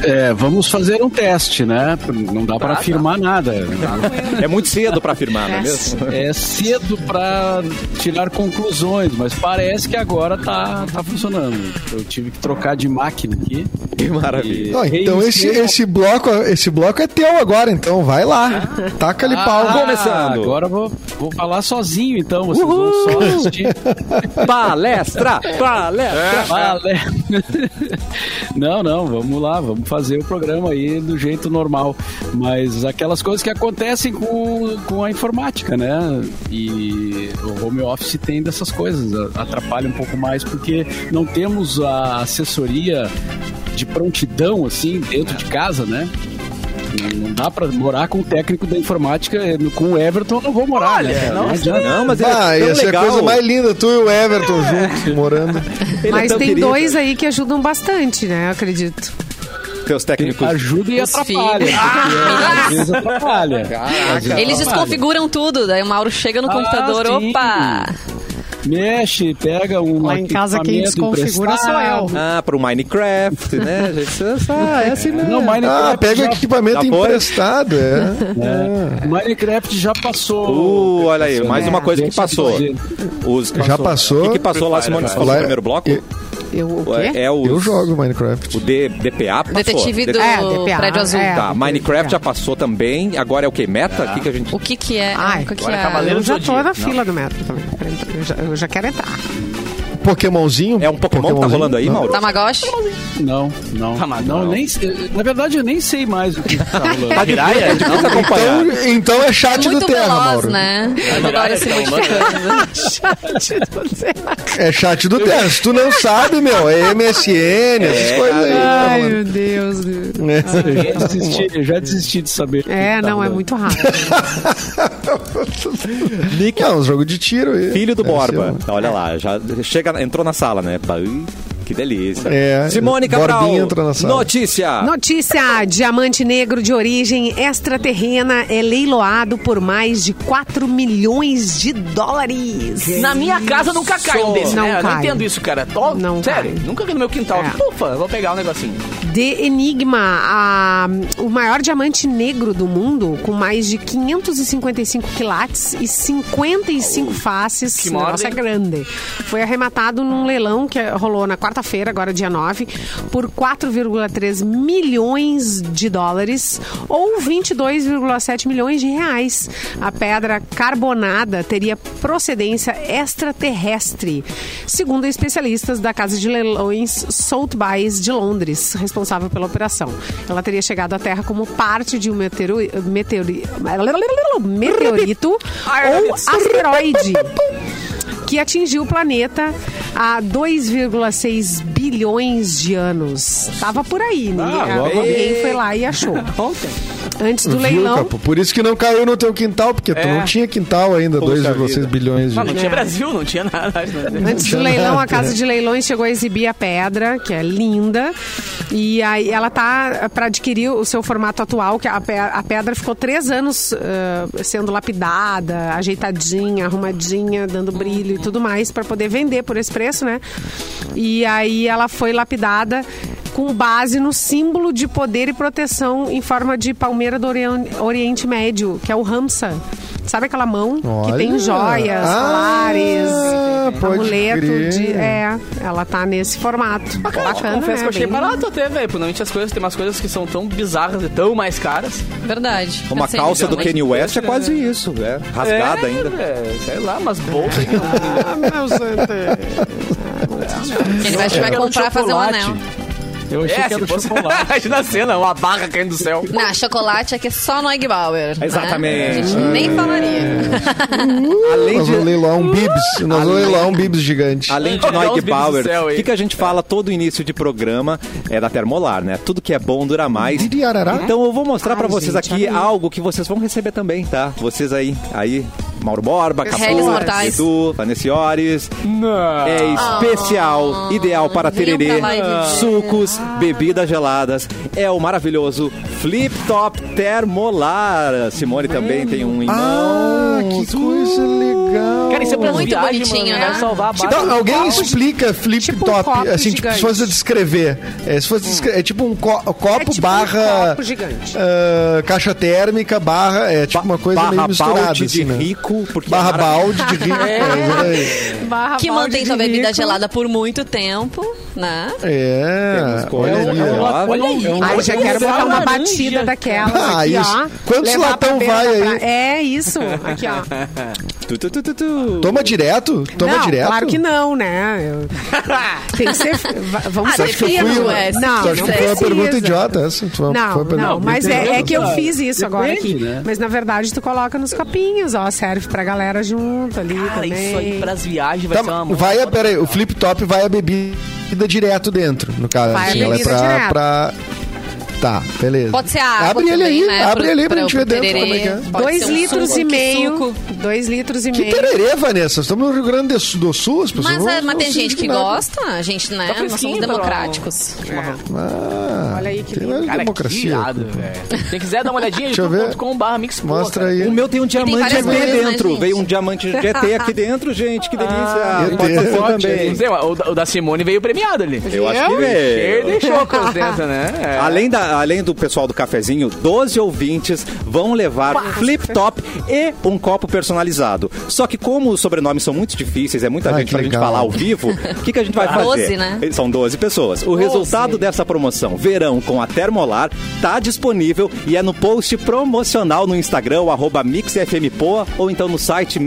S7: É, vamos fazer um teste, né? Não dá
S3: Tá,
S7: para afirmar nada.
S1: É muito cedo pra afirmar, não é mesmo?
S7: É cedo para tirar conclusões, mas parece que agora tá, tá funcionando. Eu tive que trocar de máquina aqui.
S1: Que maravilha.
S5: Ó, então esse,
S7: Reiniciei-
S5: esse, bloco, esse bloco é teu agora, então vai lá. Taca-lhe pau.
S7: Ah,
S1: começando.
S7: Agora eu vou, vou falar sozinho, então. Vocês vão só assistir.
S1: Palestra! Palestra!
S7: Vale. Não, não, vamos lá, vamos fazer o programa aí do jeito normal. Mas aquelas coisas que acontecem com, com a informática, né? E o home office tem dessas coisas, a- atrapalha um pouco mais porque não temos a assessoria de prontidão, assim, dentro de casa, né? Não- Não dá pra morar com o técnico da informática, eh, com o Everton eu não vou morar, né? Não adianta.
S1: Não, mas ele
S5: Ah,
S1: é tão
S5: ia ser a
S1: legal.
S5: coisa mais linda, tu e o Everton juntos, morando.
S1: Ele é
S3: Mas
S1: tão
S3: tem
S1: querido.
S3: dois aí que ajudam bastante, né? Eu acredito.
S1: É, Teus técnicos.
S7: Ajuda e
S2: Os
S7: atrapalha.
S2: filhos.
S7: porque Às vezes atrapalha. Às vezes
S2: Eles
S7: atrapalha.
S2: desconfiguram tudo, daí o Mauro chega no
S7: Ah,
S2: computador,
S7: sim.
S2: opa!
S7: Mexe, pega um.
S3: Lá em casa quem
S7: equipamento
S3: desconfigura sou
S7: emprestado.
S3: eu.
S1: Ah, pro Minecraft, né? gente? Você sabe, é assim mesmo.
S7: Não, Minecraft,
S5: Ah, pega
S7: já,
S5: equipamento
S1: Já foi?
S5: emprestado, é.
S7: é, Minecraft já passou.
S1: Ah. Uh, olha aí, mais uma coisa que
S7: É, Deixa eu
S1: passou.
S7: dizer.
S1: Os-
S5: Já passou.
S1: O que, que passou lá, Simone? Você falou
S5: Lá-
S1: no primeiro bloco?
S5: Eu-
S3: Eu, o quê?
S1: É o.
S5: Eu jogo
S1: O
S5: Minecraft.
S1: D- DPA passou.
S2: Detetive do
S1: DPA.
S3: É, DPA,
S2: Prédio Azul.
S3: é.
S1: Tá, Minecraft já passou também. Agora é o que? Meta? O que, que a gente.
S2: O que que é?
S3: Ai, tá
S2: o que que
S6: agora
S2: é?
S6: Cavaleiro
S3: Eu já
S6: do
S3: tô
S6: Zodíaco,
S3: na
S6: não.
S3: fila do metro também. Eu já, eu já quero entrar.
S5: Pokémonzinho?
S1: É um Pokémon que tá
S5: Pokémonzinho?
S1: rolando aí,
S5: Não.
S1: Mauro?
S2: Tamagotchi?
S7: Não, não.
S6: Tá, mas
S7: não,
S6: não.
S7: nem, sei- na verdade, eu nem sei mais o que tá rolando.
S1: Tá virada? É difícil acompanhar.
S5: Então, então é chat do
S2: Muito
S5: Terra,
S2: veloz,
S5: Mauro.
S2: né? Adoro
S6: tá
S2: esse
S6: né?
S2: modificando.
S5: É chat do Terra. Se tu não sabe, meu, é
S1: É,
S5: MSN, essas coisas aí. É.
S3: Ai,
S5: Tá
S3: meu Deus.
S5: rolando.
S7: Eu já desisti, eu já desisti de saber. o que
S3: É,
S7: tá
S3: não, é
S7: rolando.
S3: muito rápido.
S5: É, é um jogo de tiro aí.
S1: Filho do
S5: Deve
S1: Borba.
S5: ser
S1: Olha lá, já chega, entrou na sala, né? Bah, ui, Que delícia.
S5: É,
S1: Simone Cabral.
S5: Borbinha entra na sala.
S1: Notícia.
S3: Notícia: diamante negro de origem extraterrena é leiloado por mais de 4 milhões de dólares.
S6: Na minha casa nunca cai um desse,
S3: Não
S6: né? Eu
S3: cai.
S6: não entendo isso, cara. Tô,
S3: Não
S6: sério,
S3: cai.
S6: nunca vi no meu quintal.
S3: É.
S6: Ufa, vou pegar um negocinho.
S3: De Enigma, a- o maior diamante negro do mundo, com mais de 555 quilates e 55 faces.
S6: que
S3: negócio
S6: mole.
S3: é grande. Foi arrematado num leilão que rolou na quarta-feira, agora dia 9, por 4,3 milhões de dólares ou 22,7 milhões de reais. A pedra carbonada teria procedência extraterrestre, segundo especialistas da casa de leilões Sotheby's de Londres, responsável pela operação. Ela teria chegado à Terra como parte de um meteoro, meteori, meteorito ou asteroide que atingiu o planeta há 2,6 bilhões de anos. Tava por aí, né?
S7: Ah, logo
S3: Alguém foi lá e achou.
S6: Ontem.
S3: Antes do
S5: Viu,
S3: leilão,
S5: Capu? Por isso que não caiu no teu quintal, porque tu não tinha quintal ainda,
S1: É. Puxa
S5: 2,6
S1: vida.
S5: bilhões de
S6: Não, não tinha
S3: É.
S6: Brasil, não tinha nada.
S3: Antes do
S5: Não tinha
S3: leilão,
S5: nada.
S3: a Casa de Leilões chegou a exibir a pedra, que é linda. E aí ela tá para adquirir o seu formato atual, que é a pe- a pedra ficou três anos eh, sendo lapidada, ajeitadinha, arrumadinha, dando brilho e tudo mais, para poder vender por esse preço, né? E aí ela foi lapidada com base no símbolo de poder e proteção em forma de palmeira do Orien- Oriente Médio, que é o Ramsa. Sabe aquela mão que tem
S5: Olha!
S3: joias,
S5: Ah,
S3: colares,
S5: pode
S3: amuleto
S5: crer.
S3: de. É, ela tá nesse formato. Bacana,
S6: Confesso
S3: né?
S6: que eu achei
S3: Bem-
S6: barato até, velho. Normalmente as coisas, tem umas coisas que são tão bizarras e tão mais caras.
S2: Verdade.
S1: Uma
S2: Eu sei,
S1: calça do
S2: mas-
S1: Kanye West é quase isso, é rasgada
S6: É,
S1: ainda.
S6: velho, sei lá, umas bolsas que não-
S3: Ah, meu santo.
S2: Ele vai, vai comprar fazer um anel.
S7: Eu achei que
S6: É, se
S7: era o
S6: fosse-
S7: chocolate.
S6: Imagina a cena, uma barra caindo do céu.
S2: Não, chocolate aqui é só Neugbauer. né?
S1: Exatamente.
S2: A gente nem falaria.
S1: Além
S5: Nós
S1: de,
S5: vamos leiloar um bibs. Nós vamos leiloar um bibs gigante.
S1: Além de
S6: Olha os bicos
S1: Neugbauer,
S6: do céu
S1: o
S6: aí.
S1: que, que a gente fala todo início de programa é da Termolar, né? Tudo que é bom dura mais.
S5: Iriarará.
S1: Então eu vou mostrar pra
S3: Ai,
S1: vocês
S3: gente,
S1: aqui
S3: olha aí.
S1: algo que vocês vão receber também, tá? Vocês aí, aí, Mauro Borba,
S2: Réis
S1: Capu,
S2: mortais.
S1: Edu, Vanessiores.
S6: Não.
S1: É especial, ideal para
S2: venham
S1: tererê,
S2: pra lá e viver.
S1: sucos, bebidas geladas. É o maravilhoso Flip Top Termolar. Simone também
S2: Hum.
S1: tem um em
S5: Ah, que coisa legal.
S6: Cara, isso é pra
S3: Tipo,
S2: Muito
S6: viagem,
S2: bonitinho,
S6: mano.
S2: né?
S6: Vai salvar a barra.
S5: Não, alguém explica flip
S3: um tipo um
S5: top,
S3: copo
S5: assim, tipo,
S3: gigante.
S5: se fosse descrever. É, se fosse descre- é tipo um co- copo
S3: É tipo um
S5: barra
S3: copo gigante.
S5: ah, caixa térmica, barra, é tipo
S1: Ba-
S5: uma coisa
S1: barra
S5: meio misturada
S1: balde de
S5: assim, né?
S1: rico, porque
S5: Barra
S1: é mara-
S5: balde de rico. É, exatamente.
S3: Barra
S2: Que
S3: balde
S2: mantém
S3: de
S2: sua bebida
S3: rico.
S2: gelada por muito tempo, né?
S5: é.
S1: Temos
S5: olha
S7: um-
S1: coisa,
S5: ali,
S1: é
S5: ó.
S1: uma-
S7: Olha aí.
S6: aí.
S3: Ai, já quero botar uma batida daquelas
S5: Ah,
S3: aqui,
S5: isso.
S3: ó.
S5: Quantos
S3: Levar pra
S5: latão
S3: beira
S5: vai
S3: da
S5: aí?
S3: praia. É isso, aqui, ó.
S1: Tu, tu, tu, tu, tu.
S5: Toma direto? Toma
S3: não,
S5: direto?
S3: claro que não, né? Eu- Tem que ser... va- Vamos
S2: Ah,
S5: Tu
S3: ser
S5: acha que eu
S2: Depende,
S5: fui-
S3: é,
S2: ué, se
S5: tu acha que foi uma
S3: precisa.
S5: pergunta idiota essa? Tu foi- foi
S3: Não,
S5: uma pergunta-
S3: não, mas
S7: Depende,
S3: é, é que eu
S7: né?
S3: fiz isso agora
S7: Depende,
S3: aqui.
S7: né?
S3: Mas na verdade tu coloca nos copinhos, ó, serve pra galera junto ali
S6: Cara,
S3: também.
S6: Ah, isso aí pras viagens vai
S2: é
S5: Tá,
S6: ser uma mão.
S5: vai a, peraí, o flip top vai a bebida direto dentro, no caso.
S3: Vai a
S5: assim, ela é
S3: bebida
S5: pra,
S3: direto.
S5: pra- Tá, beleza.
S2: Pode ser a água
S5: Abre ele
S2: também,
S5: aí,
S2: né?
S5: abre
S2: Pro-
S5: ele aí pra, gente
S2: pro
S5: ver dentro como é
S2: tererê.
S5: que é.
S2: Pode
S3: Dois
S2: ser um
S3: litros
S2: suco,
S3: e
S2: que
S3: meio.
S2: suco.
S3: Dois litros e
S5: Que
S3: meio.
S5: tererê, Vanessa? Estamos no Rio Grande do Sul- do Sul, as pessoas
S2: Mas,
S5: não-
S2: é, mas
S5: não
S2: tem
S5: se
S2: gente que
S5: indignam.
S2: gosta, a gente, né?
S6: Tá
S2: Nós somos
S6: fresquinho, tá bom.
S2: democráticos.
S5: Ah,
S3: Olha aí que
S5: tem
S3: lindo.
S5: mais
S6: Cara, que
S5: democracia.
S6: irado, velho. Quem quiser dar uma olhadinha,
S5: Deixa eu ver.
S6: youtube.com.br mix
S5: Mostra aí.
S1: O meu tem um diamante
S2: várias
S1: ET
S2: coisas, né,
S1: dentro.
S2: gente?
S1: Veio um diamante GT aqui dentro, gente. Que delícia.
S5: ET.
S1: Pode ser
S5: Forte,
S1: também.
S6: o, da- o da Simone veio premiado ali.
S1: Eu Ah, acho
S5: É,
S1: que
S6: Ele
S1: veio.
S6: deixou a contenta, né? É.
S1: Além, da, além do pessoal do cafezinho, 12 ouvintes vão levar flip top e um copo personalizado. Só que como os sobrenomes são muito difíceis, é muita
S5: Ah,
S1: gente
S5: que
S1: pra gente
S5: legal.
S1: falar ao vivo, o que, que a gente vai fazer?
S2: 12, né?
S1: São 12 pessoas. O resultado dessa promoção Verão com a Termolar tá disponível e é no post promocional no Instagram, o arroba mixfmpoa, ou então no site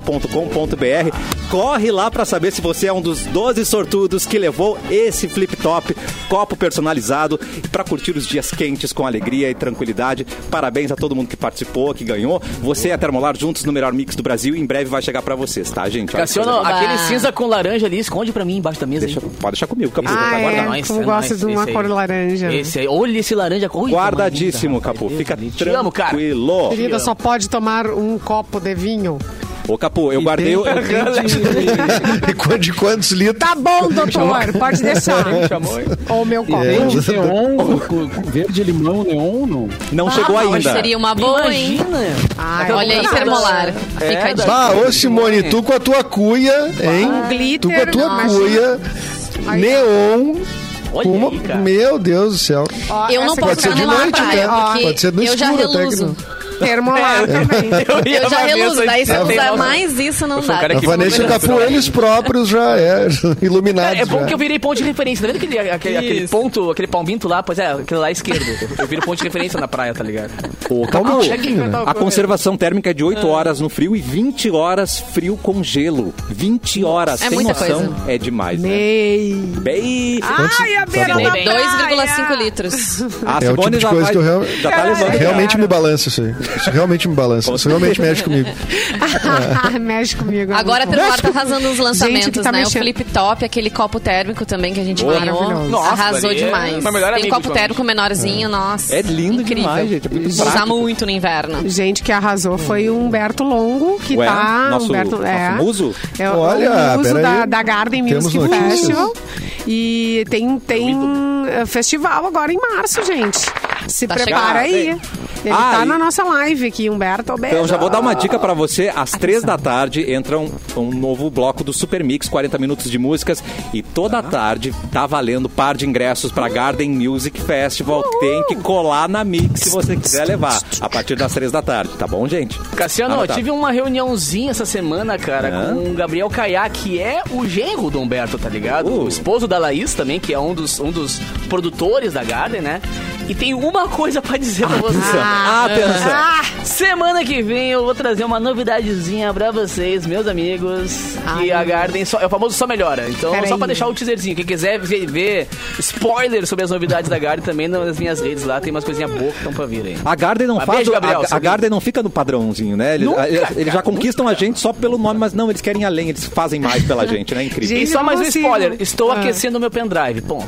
S1: mixfmpoa.com.br. Corre lá pra saber se você é um dos 12 sortudos que levou esse flip top, copo personalizado, pra curtir os dias quentes com alegria e tranquilidade. Parabéns a todo mundo que participou, que ganhou. Você e a Termolar juntos no melhor mix do Brasil. Em breve vai chegar pra vocês, tá, gente? Olha que
S6: Cassiano,
S3: ah,
S1: coisa-
S6: aquele
S2: Bah.
S6: cinza com laranja ali, esconde pra mim embaixo da mesa.
S1: Deixa-
S6: aí.
S1: pode deixar comigo, Capu.
S3: Ah,
S1: vai
S3: é?
S1: guardar.
S3: Tu gosta de uma
S6: esse aí.
S3: cor laranja.
S6: Esse aí. Olha esse laranja. Ui,
S1: Guardadíssimo,
S6: tá
S1: Capu.
S6: maravilha.
S1: Fica
S6: Te amo, cara.
S1: tranquilo.
S3: Querida, só pode tomar um copo de vinho.
S1: Ô, Capu, eu guardei. o- eu-
S5: E quanto- de quantos litros?
S3: Tá bom, doutor, pode deixar.
S6: Chamou, hein?
S3: Ou meu copo.
S5: É.
S7: Verde neon, com- com verde limão neon, não.
S5: Ah,
S1: Não chegou
S2: Mas
S1: ainda.
S5: um
S2: Seria uma boa, hein?
S3: Ai,
S2: Olha aí,
S3: não.
S2: termolar.
S6: É,
S2: Fica a dica.
S5: Bah, ô Simone, tu com a tua cuia, hein?
S3: Um glitter,
S5: tu com a tua
S3: não,
S5: cuia, neon,
S6: Olha
S5: com uma-
S6: aí, cara.
S5: meu Deus do céu.
S3: Ó,
S2: Eu não posso
S3: essa
S5: Pode ser
S2: estar
S3: aqui-
S5: de
S3: é
S2: numa
S5: noite,
S2: praia,
S5: né?
S2: porque
S5: Pode ser no
S2: eu já
S5: escuro até que
S2: reluzo.
S3: Termolar
S2: É.
S3: também.
S2: Eu já reluzo, daí se
S6: você
S2: eu usar mais isso, não
S6: Eu sou um
S2: dá.
S6: cara
S5: A
S6: que-
S5: Vanessa e o Capu, eles próprios já é iluminados.
S6: É, é bom
S5: já.
S6: que eu virei ponto de referência. Tá vendo aquele, aquele, aquele ponto, aquele palminto lá? Pois é, aquele lá esquerdo. Eu viro ponto de referência na praia, tá ligado?
S1: Ô, Capu, a conservação térmica é de 8 horas no frio e 20 horas frio com gelo. 20 horas,
S2: É
S1: tem
S2: muita
S1: noção? É demais, né?
S3: Ei.
S1: Bem...
S3: Ai, a beira
S5: Tá
S3: da
S5: bom.
S3: praia.
S2: 2,5 litros.
S1: A
S5: É o tipo
S1: Simone
S5: de
S1: já
S5: coisa
S1: vai-
S5: que eu real-
S1: já tá
S6: Ah, é.
S1: levando.
S5: Realmente me balança isso aí. Isso realmente me balança. Isso realmente mexe comigo.
S3: Mexe comigo. é
S2: Agora,
S3: muito
S2: pelo ar, tá arrasando os
S3: Gente que
S2: lançamentos,
S3: tá
S2: né? O
S3: mexendo.
S2: Flip Top, aquele copo térmico também que a gente ganhou.
S3: Maravilhoso.
S6: Nossa,
S2: arrasou
S6: Maria,
S2: demais.
S6: meu melhor
S2: Tem
S6: amigo,
S2: copo térmico menorzinho, nossa.
S1: É lindo
S2: incrível.
S1: demais, gente. É muito
S2: Usar
S1: prático.
S2: muito no inverno.
S3: Gente que arrasou foi o Humberto Longo, que
S1: Ué,
S3: tá.
S1: nosso-
S3: Humberto, é,
S1: nosso muso?
S3: É, o-
S5: Olha,
S3: o muso
S5: peraí.
S3: da, da Garden
S5: Temos
S3: Music
S5: notícias.
S3: Festival. E tem, tem eh, festival agora em março, gente. Se
S2: Tá
S3: prepara
S2: chegando.
S3: aí.
S1: Tem.
S3: Ele
S1: Ah,
S3: tá
S1: e-
S3: na nossa live aqui, Humberto. um beijo.
S1: Então já vou dar uma dica pra você. Às três da tarde entra um, um novo bloco do Super Mix, 40 minutos de músicas. E toda tarde tá valendo par de ingressos pra Garden Music Festival. Tem que colar na Mix se você quiser levar. A partir das três da tarde, tá bom, gente?
S6: Cassiano,
S1: Ah,
S6: eu
S1: tá.
S6: tive uma reuniãozinha essa semana, cara,
S1: Ah.
S6: com o Gabriel Caia, que é o genro do Humberto, tá ligado?
S1: Uh.
S6: O esposo da Laís também, que é um dos, um dos produtores da Garden, né? E tem uma coisa pra dizer
S1: Ah,
S6: pra você.
S1: Atenção!
S6: Semana que vem eu vou trazer uma novidadezinha pra vocês, meus amigos. E a Garden só, é o famoso só melhora. Então,
S3: Peraí.
S6: só pra deixar o teaserzinho. Quem quiser ver, ver spoiler sobre as novidades da Garden também nas minhas redes lá, tem umas coisinhas boas que estão pra vir aí.
S1: A Garden não
S6: Ah,
S1: faz.
S6: beijo,
S1: o-
S6: Gabriel,
S1: a, a
S6: sabia?
S1: Garden não fica no padrãozinho, né? Eles,
S6: Nunca,
S1: a- eles-
S6: cara,
S1: eles já conquistam a gente só pelo nome, mas não, eles querem ir além, eles fazem mais pela gente, né? Incrível.
S3: Gente,
S6: E só
S3: eu
S6: mais um
S3: consigo.
S6: spoiler. Estou
S3: Ah.
S6: aquecendo meu pendrive. Ponto.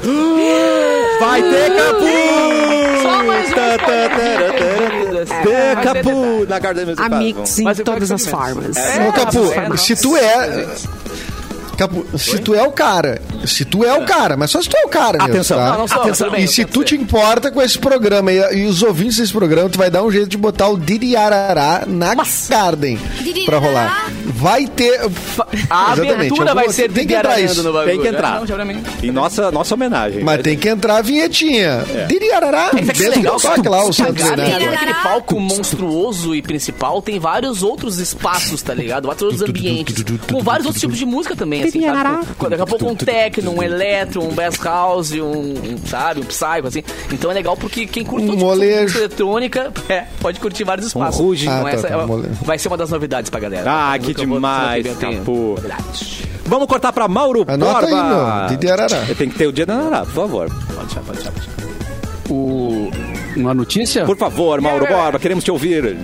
S1: Vai ter
S6: Só
S1: Capu!
S6: mais um spoilerzinho,
S1: Tá, tá, tá, tá, tá.
S6: queridas.
S1: Ter Capu na Garden Music
S3: A
S1: Festival.
S3: mix em
S6: Tá, Mas eu quero
S3: todas
S6: que
S3: as
S6: eu comece.
S3: formas.
S6: É.
S5: Ô, Capu,
S6: é,
S5: se tu é. Capu, se tu é o cara. Se tu é o cara, mas só se tu é o cara. mesmo,
S1: Atenção.
S5: tá?
S6: Não, não sou,
S1: Atenção.
S6: tudo bem,
S5: E
S6: eu
S5: se
S6: quero
S5: tu
S6: ser.
S5: te importa com esse programa e, e os ouvintes desse programa, tu vai dar um jeito de botar o Diriarará na Garden pra rolar. Vai ter.
S6: A
S5: Exatamente,
S6: abertura
S5: eu
S6: vai
S5: vou-
S6: ser
S5: tem que entrar
S6: Dideraneando
S5: isso.
S6: no bagulho.
S1: Tem que entrar.
S6: Não, já pra mim.
S1: Em nossa, nossa homenagem.
S5: Mas tem que entrar a vinhetinha. Diriarará.
S6: é
S5: Mesmo é que né? toque lá o Santos
S6: Cara,
S5: Renato.
S6: além daquele palco monstruoso e principal, tem vários outros espaços, tá ligado? Vários outros ambientes. Com vários outros tipos de música também, assim, sabe? Com- Daqui a pouco um techno, um eletro, um bass house, um, um, sabe, um psycho, assim. Então é legal porque quem curte
S5: Um
S6: todo tipo de
S5: molejo.
S6: música eletrônica é, pode curtir vários espaços.
S1: ruge.
S6: Então
S5: Ah, tá,
S6: essa
S5: tá,
S6: é uma-
S5: molejo.
S6: vai ser uma das novidades pra galera.
S1: Ah,
S6: Então,
S1: que
S6: eu vou- semana
S1: demais,
S6: que vem eu tenho
S1: Capu.
S6: novidades.
S1: Vamos cortar pra Mauro
S5: Anota aí,
S1: Borba.
S5: meu, Didi Arará.
S1: Tem que ter o dia da Arará, por favor.
S6: Pode deixar, pode deixar, pode deixar.
S7: O... Uma notícia?
S1: Por favor, Mauro Borba, queremos te ouvir.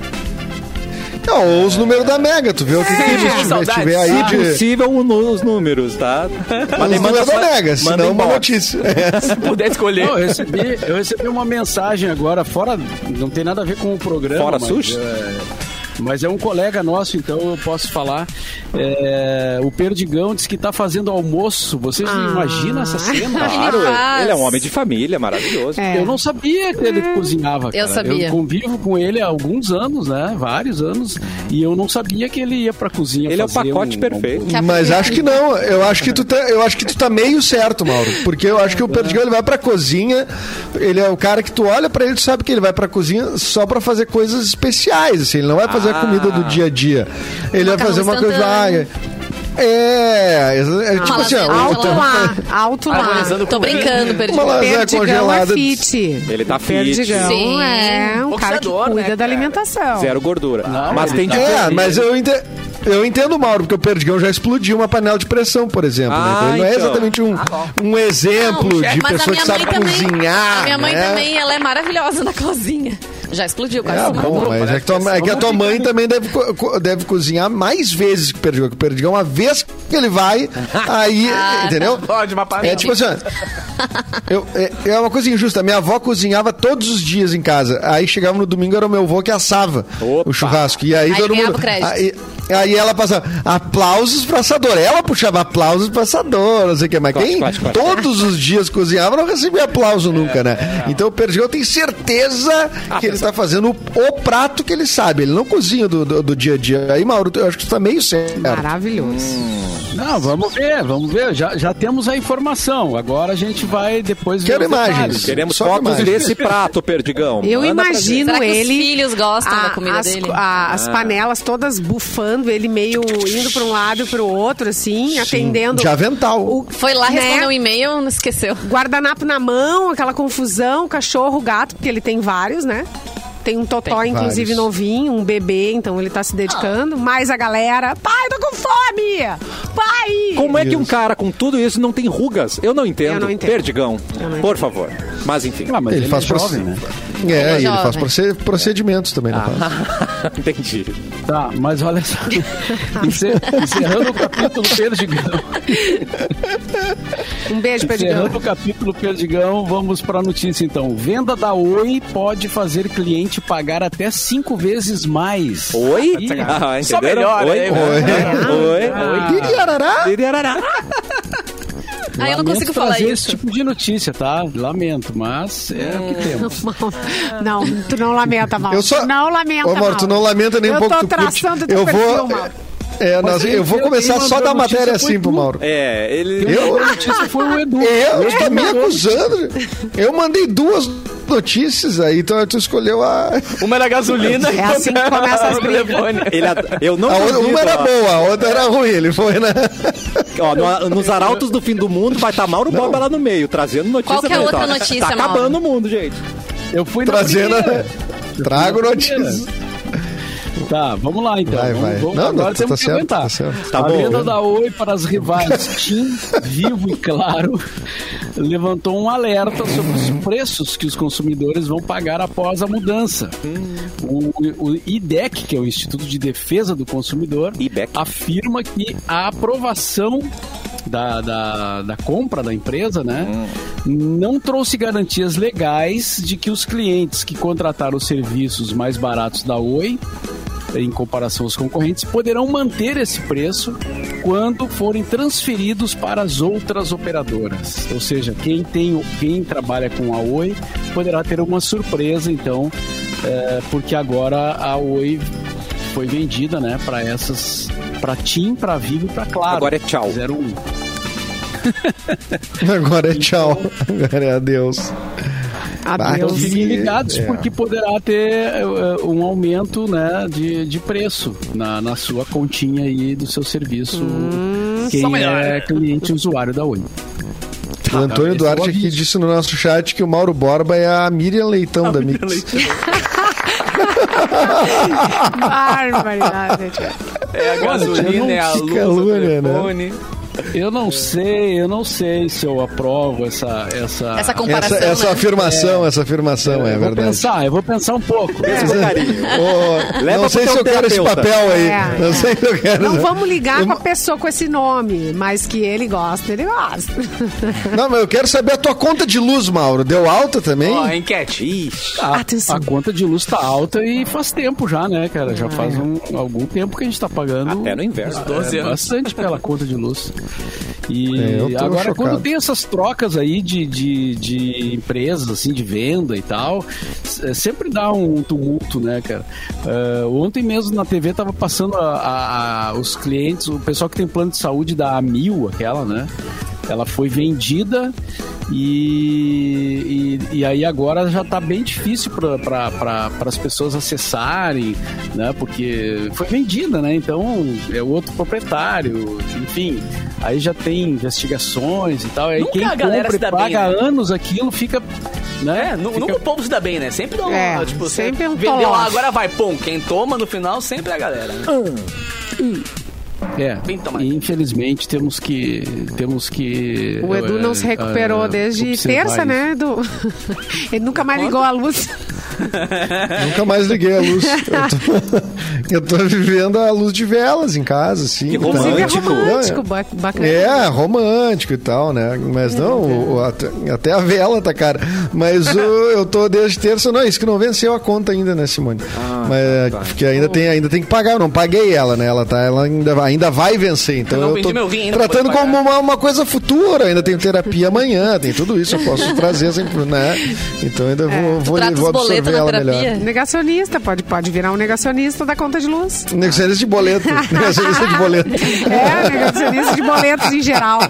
S5: Não, ou os números da Mega, tu vê o que, que eles tiver-
S6: saudades.
S5: tiver
S1: Se
S5: aí de.
S1: possível, o- os números, tá?
S5: Os números da Mega, senão é uma
S1: inbox.
S5: notícia.
S6: Se puder escolher.
S7: Não, eu recebi, eu recebi uma mensagem agora, fora. Não tem nada a ver com o programa.
S1: Fora
S7: mas,
S1: susto?
S7: é, mas é um colega nosso, então eu posso falar. É, o Perdigão disse que tá fazendo almoço. Vocês não imaginam essa cena?
S1: Claro,
S2: Ele faz.
S1: ele é um homem de família, maravilhoso.
S3: É.
S7: Eu não sabia que ele cozinhava. Cara.
S2: sabia.
S7: Eu convivo com ele há alguns anos, né? Vários anos. E eu não sabia que ele ia pra cozinha.
S1: Ele é o
S7: fazer
S1: pacote
S7: um-
S1: perfeito.
S2: Que a
S5: Mas
S2: primeira-
S5: acho que não. Eu acho que tu tá, eu acho que tu tá meio certo, Mauro. Porque eu acho que o Perdigão ele vai pra cozinha. Ele é o cara que tu olha pra ele, tu sabe que ele vai pra cozinha só pra fazer coisas especiais, assim. Ele não vai fazer a comida do dia a dia. Ele vai
S2: Macarrão
S5: fazer uma coisa. Ah,
S2: instantâneo.
S5: é, é, é tipo assim,
S2: lasanha,
S5: ó,
S2: uma
S3: Alto
S5: então-
S3: lá, alto lá.
S6: Harmonizando
S2: Tô
S6: com ele.
S2: brincando, perdi.
S5: uma lasanha
S3: Perdigão é
S5: congelada.
S3: fit.
S1: Ele tá fit,
S3: Perdigão
S2: Sim.
S3: é um cara que
S6: Boxeador,
S3: cuida
S6: né,
S3: da
S6: cara?
S3: alimentação.
S1: zero gordura. Mas
S7: ele
S1: tem de
S5: É, mas eu entendo. Eu entendo, Mauro, porque o Perdigão já explodiu uma panela de pressão, por exemplo. né?
S1: Ah,
S5: Então ele não é
S1: então.
S5: exatamente um, um
S2: Ah, Não,
S5: exemplo de
S2: mas a
S5: pessoa que
S2: minha
S5: sabe
S2: mãe também.
S5: cozinhar.
S2: A minha mãe
S5: né?
S2: também, ela é maravilhosa na cozinha. Já explodiu quase.
S5: É,
S2: todo mundo.
S5: bom, mas é que, tua- é que a tua mãe também deve, co- co- deve cozinhar mais vezes que o Perdigão. Que o Perdigão, uma vez que ele vai, aí,
S2: Ah, tá.
S5: entendeu?
S6: Pode, uma panela.
S5: É tipo assim, ó, eu, é, é uma coisa injusta. Minha avó cozinhava todos os dias em casa. Aí chegava no domingo, era o meu avô que assava
S1: Opa.
S5: o churrasco. E aí,
S2: Aí
S5: todo
S2: ganhava
S5: mundo.
S2: o crédito.
S5: Aí, aí ela passava aplausos pro assador. Ela puxava aplausos pro assador, não sei o que mais.
S1: Claro,
S5: Quem
S1: claro, claro.
S5: todos os dias cozinhava não recebia aplauso nunca, né? Então o Perdigão tem certeza que ele está fazendo o, o prato que ele sabe. Ele não cozinha do, do, do dia a dia. Aí, Mauro, eu acho que tu tá meio certo.
S3: Maravilhoso.
S7: Não, vamos ver, vamos ver. Já, já temos a informação. Agora a gente vai depois ver.
S5: Quero
S7: os detalhes.
S5: imagens.
S1: Queremos
S5: Só
S1: fotos
S5: imagens.
S1: desse prato, Perdigão.
S3: Eu
S1: Manda pra gente.
S3: imagino
S2: Será que
S3: ele.
S2: os filhos gostam da
S3: a-
S2: comida
S3: as,
S2: dele?
S3: a-
S5: Ah.
S3: as panelas todas bufando, ele meio indo para um lado e para o outro, assim, atendendo.
S5: De avental.
S3: o-
S2: Foi lá,
S3: né?
S2: respondeu um e-mail, não esqueceu.
S3: guardanapo na mão, aquela confusão, cachorro, gato, porque ele tem vários, né? Tem um totó, inclusive,
S5: vários.
S3: novinho, um bebê, então ele tá se
S2: Ah.
S3: dedicando. Mas a galera, pai, tô com fome! Pai!
S1: Como é que um cara com tudo isso não tem rugas? Eu não entendo.
S3: Eu não entendo.
S1: Perdigão,
S3: não
S1: por favor. Mas enfim,
S7: Ah, mas
S5: Ele, faz
S7: é jovem, né?
S5: É,
S2: é
S5: ele
S2: jovem.
S5: faz proce- procedimentos também, né, não
S3: Ah.
S5: faz?
S1: entendi.
S7: Tá, mas olha só. Encer- Encerrando o capítulo Perdigão.
S3: Um beijo, Perdigão.
S7: Encerrando o capítulo Perdigão, vamos para a notícia então. Venda da Oi pode fazer cliente pagar até cinco vezes mais.
S1: Oi?
S7: Ih,
S1: Ah,
S3: né?
S6: só
S1: entenderam?
S6: melhora,
S1: Oi?
S6: hein,
S1: Oi? Oi?
S5: Pirarará.
S1: Pirarará.
S2: Ah, eu não
S7: Lamento
S2: consigo falar
S7: trazer
S2: isso.
S7: esse tipo de notícia, tá? Lamento, mas é
S2: Hum.
S7: o que temos.
S3: Não, tu não lamenta, mal.
S5: Eu só...
S3: Não lamenta,
S5: Ô, Mauro,
S3: Mauro,
S5: tu não lamenta nem um pouco,
S3: Eu tô
S5: tu curte.
S3: traçando teu
S5: Eu
S3: perfil,
S5: vou...
S3: Mauro.
S5: É, nós-
S7: Mas aí,
S5: eu vou
S7: quem
S5: começar
S7: mandou
S5: só
S7: a
S5: da
S7: notícia
S5: matéria
S7: foi
S5: assim pro
S7: tu.
S5: Mauro.
S1: É, ele...
S5: Eu,
S7: A notícia foi o Edu.
S5: eu
S7: Ele
S5: tô me
S7: mandou.
S5: acusando. Eu mandei duas notícias aí, então tu escolheu a...
S6: Uma era gasolina
S3: É assim que começa as brigas.
S1: ele ad- eu não
S5: a outra-
S1: duvido,
S5: uma era
S1: ó.
S5: boa, a outra era ruim. Ele foi né, na...
S1: Ó, no- nos arautos do fim do mundo vai estar Mauro Boba lá no meio, trazendo notícia.
S2: Qual que é
S1: pra gente,
S2: outra
S1: ó.
S2: notícia,
S1: Tá
S2: Mauro?
S1: acabando o mundo, gente.
S7: Eu fui na
S5: trazendo...
S7: primeira.
S5: Trago
S7: Na
S5: notícias.
S7: Tá, vamos lá então.
S5: Vai,
S7: Vamos-
S5: vai.
S7: vamos-
S5: Não,
S7: agora
S5: não,
S7: temos
S5: tá
S7: que
S5: certo,
S7: aguentar.
S5: tá certo.
S1: Tá
S7: a
S1: bom.
S7: venda da Oi para as rivais Tim, Vivo e Claro levantou um alerta sobre os preços que os consumidores vão pagar após a mudança. O, o IDEC, que é o Instituto de Defesa do Consumidor,
S1: IBEC.
S7: afirma que a aprovação da, da, da compra da empresa, né, não trouxe garantias legais de que os clientes que contrataram os serviços mais baratos da Oi em comparação aos concorrentes, poderão manter esse preço quando forem transferidos para as outras operadoras. Ou seja, quem, tem, quem trabalha com a Oi poderá ter uma surpresa, então, é, porque agora a Oi foi vendida né, para essas. Para TIM, para Vivo e para Claro.
S1: Agora é tchau.
S7: Fizeram um-
S5: Agora é tchau. Agora é adeus.
S3: Ah,
S7: Então
S5: Bah, que-
S7: fiquem ligados,
S5: é.
S7: porque poderá ter eh, um aumento né, de, de preço na, na sua continha aí do seu serviço.
S6: só
S7: quem
S6: melhor.
S7: é cliente e usuário da Oi.
S5: O Antônio
S7: esse é
S5: Duarte
S7: o
S5: aqui disse no nosso chat que o Mauro Borba é a Miriam Leitão da Mix.
S3: Barbaridade.
S6: É a
S5: não
S6: gasolina, é a
S5: fica
S6: luz,
S5: lua,
S6: o
S5: né, né?
S6: telefone.
S7: Eu não sei, eu não sei se eu aprovo essa. Essa,
S2: Essa
S5: Ah, Essa,
S2: comparação,
S5: essa é
S2: né?
S5: afirmação, essa afirmação, é,
S7: eu vou
S5: verdade.
S7: pensar, eu vou pensar um pouco.
S5: Ô,
S1: Leva
S5: não
S1: pro
S5: sei
S1: teu
S5: se eu quero esse
S1: terapeuta.
S5: papel aí.
S3: É,
S5: não
S3: é.
S5: sei se eu quero.
S3: Não vamos ligar com a pessoa com esse nome, mas que ele gosta, ele gosta.
S5: Não, mas eu quero saber a tua conta de luz, Mauro. Deu alta também?
S6: Ó, enquete. Ixi.
S7: A,
S3: Atenção.
S7: ah, a conta de luz tá alta e faz tempo já, né, cara? Já faz um- algum tempo que a gente tá pagando.
S1: Até no inverno.
S7: É,
S6: 12 anos.
S7: Bastante pela conta de luz. E
S5: É, eu tô
S7: agora,
S5: chocado.
S7: quando tem essas trocas aí de, de, de empresas, assim, de venda e tal, s- é, sempre dá um tumulto, né, cara? Ah, ontem mesmo na TV tava passando a- a- a- os clientes, o pessoal que tem plano de saúde da Amil, aquela, né? Ela foi vendida e, e, e aí agora já tá bem difícil para pra, pra, as pessoas acessarem, né? Porque foi vendida, né? Então é o outro proprietário, enfim. Aí já tem investigações e tal. Aí
S6: Nunca
S7: quem
S6: a galera
S7: compra
S6: se
S7: e
S6: dá bem,
S7: paga
S6: né?
S7: anos aquilo fica. Né?
S6: É, nu-
S7: Fica-
S6: nunca o povo se dá bem, né? Sempre dá um.
S3: É,
S6: tipo,
S3: sempre é um
S6: Vendeu,
S3: toló.
S6: ah, agora vai, pum. Quem toma no final sempre é a galera. né?
S7: É,
S6: Bem tomado.
S7: e infelizmente temos que. Temos que.
S3: O Edu não
S5: é,
S3: se
S7: eh,
S3: recuperou
S7: eh,
S3: desde
S7: observar
S3: terça,
S7: isso.
S3: né, Edu? Ele nunca mais ligou a luz.
S5: Nunca mais liguei a luz. Eu tô, eu tô vivendo a luz de velas em casa, assim.
S1: Que
S5: e tal.
S3: Inclusive é
S1: Romântico.
S3: romântico, ba- bacana.
S5: né? É, romântico e tal, né? Mas não, o- o- até, até a vela tá cara. Mas o- eu tô desde terça, não, é isso que não venceu a conta ainda, né, Simone? Mas é porque ainda tem, ainda tem que pagar, eu não paguei ela, né? Ela tá, ela ainda, vai- ainda vai vencer, então
S6: Eu não
S5: eu,
S6: vendi
S5: tô
S6: meu rim ainda,
S5: tratando
S6: pode
S5: como
S6: pagar.
S5: uma, uma coisa futura, ainda tenho terapia amanhã, tem tudo isso, eu posso trazer sempre, né? Então ainda vou, vou,
S2: Trata
S5: vou
S2: os boletos
S5: absorver
S2: na
S5: ela
S2: terapia.
S5: melhor.
S3: Negacionista, pode, pode virar um negacionista da conta de luz.
S5: Negociação de boleto. Negociação de boleto.
S3: É, negociacionista de boletos em geral.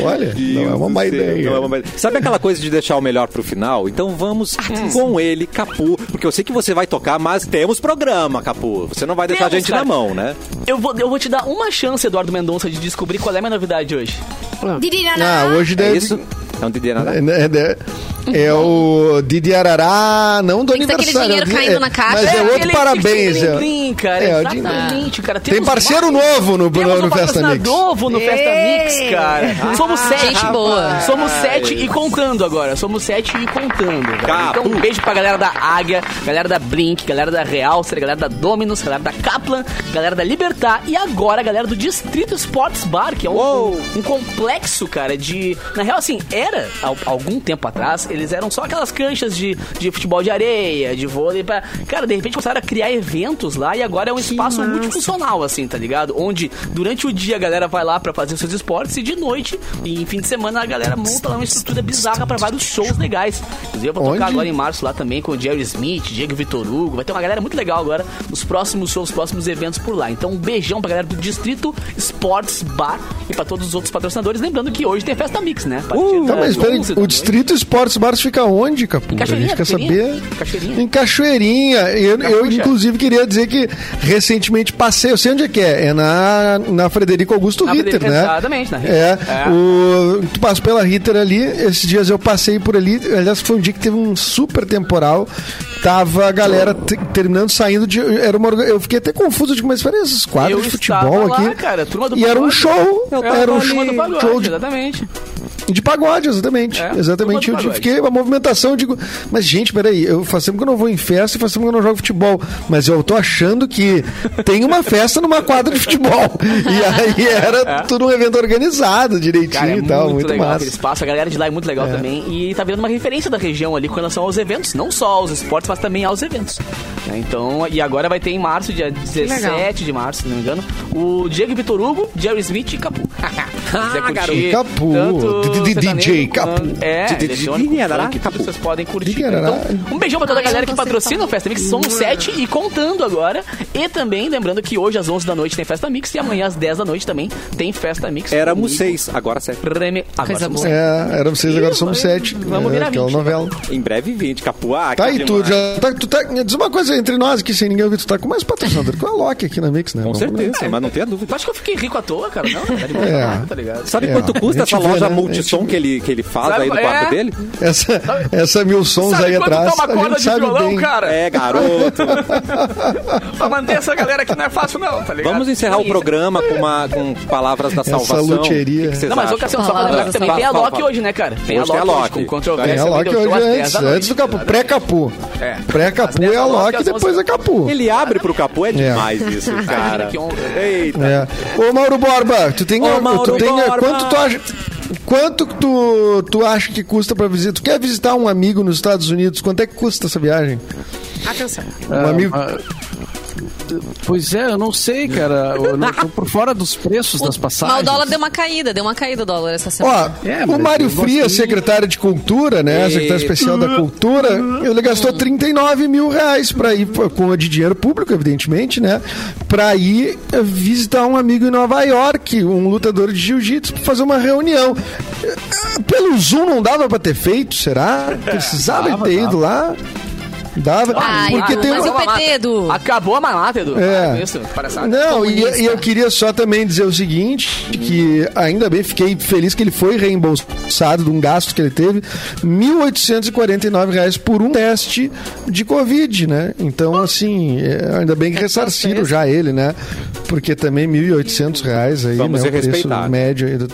S5: Olha, não é uma má
S1: Deus do céu,
S5: ideia.
S1: não é uma má ideia. Sabe aquela coisa de deixar o melhor pro final? Então vamos com ele, Capu, porque eu sei que você vai tocar, mas temos programa, Capu. Você não vai deixar a
S6: Temos,
S1: gente
S6: cara.
S1: na mão, né?
S6: Eu vou, eu vou te dar uma chance, Eduardo Mendonça, de descobrir qual é a minha novidade hoje.
S5: Ah, hoje
S1: É
S5: deve.
S1: isso? Não entendi nada.
S5: É, né, né, É o Didi Arará, não do
S2: Tem que ter aquele
S5: aniversário.
S2: dinheiro
S5: é-
S2: caindo na caixa.
S5: Mas é outro
S6: aquele tipo
S5: parabéns.
S6: tchim-tchim,
S5: é.
S6: tchim-tchim, cara,
S5: É, o de-
S6: exatamente, cara.
S5: Tem
S6: Temos
S5: parceiro
S6: vários-
S5: novo no, no,
S6: Temos
S5: no
S6: um
S5: Festa
S6: patrocinador
S5: Mix.
S6: novo no Festa Mix,
S3: Ei!
S6: cara. Ah, Somos sete.
S2: Gente boa.
S6: Somos sete e contando agora. Somos sete e contando. velho.
S1: Capu.
S6: Então, um beijo pra galera da Águia, galera da Blink, galera da Realcer, galera da Dominus, galera da Kaplan, galera da Libertar e agora a galera do Distrito Sports Bar, que é um, um complexo, cara, de. Na real, assim, era, há algum tempo atrás, eles eram só aquelas canchas de, de futebol de areia, de vôlei. Pra... Cara, de repente começaram a criar eventos lá e agora é um espaço multifuncional, assim, tá ligado? Onde durante o dia a galera vai lá pra fazer os seus esportes e de noite, e em fim de semana, a galera monta lá uma estrutura bizarra pra vários shows legais. Inclusive, eu vou tocar
S5: Onde?
S6: agora em março lá também com o Jerry Smith, Diego Vitor Hugo. Vai ter uma galera muito legal agora nos próximos shows, próximos eventos por lá. Então, um beijão pra galera do Distrito Sports Bar e pra todos os outros patrocinadores. Lembrando que hoje tem festa mix, né? A partir
S5: Tá,
S6: das
S5: mas peraí,
S6: 11 da
S5: o
S6: noite.
S5: Distrito Esportes Bar fica onde, Capu? A
S6: Cachoeirinha,
S5: gente quer saber.
S6: Cachoeirinha. Cachoeirinha.
S5: Em Cachoeirinha. Eu, eu, inclusive, queria dizer que recentemente passei, eu sei onde é que é. É na, na Frederico Augusto
S6: Na
S5: Ritter,
S6: Frederico-
S5: né?
S6: exatamente, na Ritter.
S5: É.
S6: É.
S5: O, tu passa pela Ritter ali, esses dias eu passei por ali. Aliás, foi um dia que teve um super temporal. Tava a galera te- terminando, saindo de. Era uma, orga- eu fiquei até confuso de como mas peraí, esses quadros
S6: Eu
S5: de
S6: estava
S5: futebol
S6: lá,
S5: aqui.
S6: cara, turma do
S5: e era um
S6: pagode.
S5: show. Era um
S6: Turma do Pagode,
S5: show de
S6: Exatamente.
S5: de pagode, exatamente.
S6: É,
S5: exatamente.
S6: turma
S5: Eu
S6: do pagode.
S5: fiquei uma movimentação, eu digo, mas gente, peraí, eu faço tempo que eu não vou em festa e faz tempo que eu não jogo futebol. Mas eu tô achando que tem uma festa numa quadra de futebol. E aí era tudo um evento organizado, direitinho
S6: É. Cara, é
S5: e
S6: muito,
S5: tal, muito,
S6: legal aquele
S5: massa.
S6: espaço, a galera de lá é muito legal também. E tá virando uma referência da região ali com relação aos eventos, não só aos esportes, mas também aos eventos. né? Então, e agora vai ter em março, dia 17 de março, se não me engano, o Diego Vitor Hugo, Jerry Smith e Capu. Se quiser curtir
S5: Ah, garoto. Capu,
S6: tanto
S5: D- D- D- DJ
S6: sertanejo,
S5: Capu.
S6: quanto- É,
S1: D- D- D-
S6: eletrônico,
S1: D-
S6: funk,
S1: D-
S6: tudo
S1: Capu.
S6: vocês podem
S5: D-
S6: curtir.
S5: D-
S6: Então, um beijão pra toda a
S5: Ah,
S2: Ai, eu
S6: galera que
S2: não sei
S6: patrocina
S2: falar.
S6: a Festa Mix, somos sete e contando agora. E também, lembrando que hoje às 11 da noite tem Festa Mix e amanhã às 10 da noite também tem Festa Mix.
S1: Éramos
S6: comigo,
S1: seis, agora sete.
S6: Remy. Agora
S2: Coisa
S6: somos
S2: boa.
S6: seis.
S5: É, eram vocês, agora somos
S6: Ih,
S5: sete.
S6: vamos
S5: é,
S6: virar
S5: aquela
S6: então. 20.
S5: novela.
S1: Em breve 20, Capu. Ah,
S5: Tá,
S1: que
S5: e tu
S1: demais.
S5: já tá, tu tá. Diz uma coisa entre nós aqui, sem ninguém ouvir, tu tá com mais patrocinador que o Alok aqui na Mix, né?
S1: Com
S5: Vamos
S1: certeza, mas não tenha dúvida.
S6: Tu acha que eu fiquei rico à toa, cara? Não, tá de boa,
S5: É.
S6: tá ligado?
S1: Sabe
S5: É,
S1: quanto
S5: a
S1: custa
S5: gente
S1: essa
S5: vê,
S1: loja
S5: né? A
S1: multissom
S5: gente
S1: que ele, que ele faz
S6: Sabe
S1: aí no
S6: qual
S1: quarto
S6: é?
S1: dele?
S5: Essa, essa mil sons
S6: Sabe
S5: aí
S6: quanto
S5: atrás.
S6: tá uma
S5: a
S6: corda
S5: gente
S6: de
S5: sabe
S6: violão,
S5: bem.
S6: cara?
S1: É, garoto.
S6: Pra manter essa galera aqui não é fácil, não, tá ligado?
S1: Vamos encerrar o programa com, uma, com palavras da
S5: Essa
S1: salvação.
S5: luteria.
S1: O que que vocês
S6: Não, mas ô
S1: acham?
S6: Cassiano, só pra
S2: Palavras
S6: lembrar que também
S1: da
S6: tem a
S1: salvação.
S6: Loki hoje, né, cara?
S1: Hoje tem a Loki.
S6: com controvérsia.
S5: É a
S6: também,
S5: Loki
S6: deu show
S5: hoje
S6: às
S5: é
S6: 10
S5: antes,
S6: da noite,
S5: antes do Capu.
S1: né?
S6: tá ligado?
S5: Pré-Capu.
S6: É. Às
S5: Pré-Capu
S6: 10
S5: é a
S6: da noite,
S5: Loki,
S6: às
S5: depois
S6: 11.
S5: é Capu.
S1: Ele abre pro capô, é demais isso,
S6: Imagina
S1: cara.
S6: que honra.
S1: Eita.
S5: É. Ô, Mauro Borba, tu tem...
S1: Ô,
S5: tu
S1: Mauro
S5: tem
S1: Borba.
S5: Quanto tu acha... Quanto que tu, tu acha que custa pra visitar? Tu quer visitar um amigo nos Estados Unidos? Quanto é que custa essa viagem?
S3: Atenção.
S5: Um amigo...
S7: Ah, Pois é, eu não sei, cara. Eu não- tô por fora dos preços das passagens.
S2: Mas o dólar deu uma caída, deu uma caída o dólar essa semana.
S5: Ó,
S7: É, mas
S5: o Mário
S7: eu gosto É. Uhum.
S5: Frias,
S7: de-
S5: secretário de Cultura, né? Secretário especial da Cultura, ele gastou
S7: Uhum.
S5: 39 mil reais pra ir, pô, com de dinheiro público, evidentemente, né? Pra ir eh, visitar um amigo em Nova York, um lutador de jiu-jitsu, pra fazer uma reunião. Eh, eh, Pelo Zoom não dava pra ter feito, será? Precisava
S7: É, Dava,
S5: ter ido lá? Dava.
S2: Ai,
S5: porque
S2: Edu,
S5: tem
S2: Ah, mas
S5: uma...
S2: o PT, Edu.
S6: Acabou a manata, Edu.
S5: É.
S6: Ah, Isso, palhaçada.
S5: Não, e,
S2: comunista.
S5: e eu queria só também dizer o seguinte, que ainda bem, fiquei feliz que ele foi reembolsado de um gasto que ele teve, R$ 1.849 reais por um teste de Covid, né? Então, assim, é, ainda bem que ressarciram já ele, né? Porque também R$ 1.800 reais aí,
S1: Vamos
S5: né? O preço
S1: respeitar.
S5: médio aí do...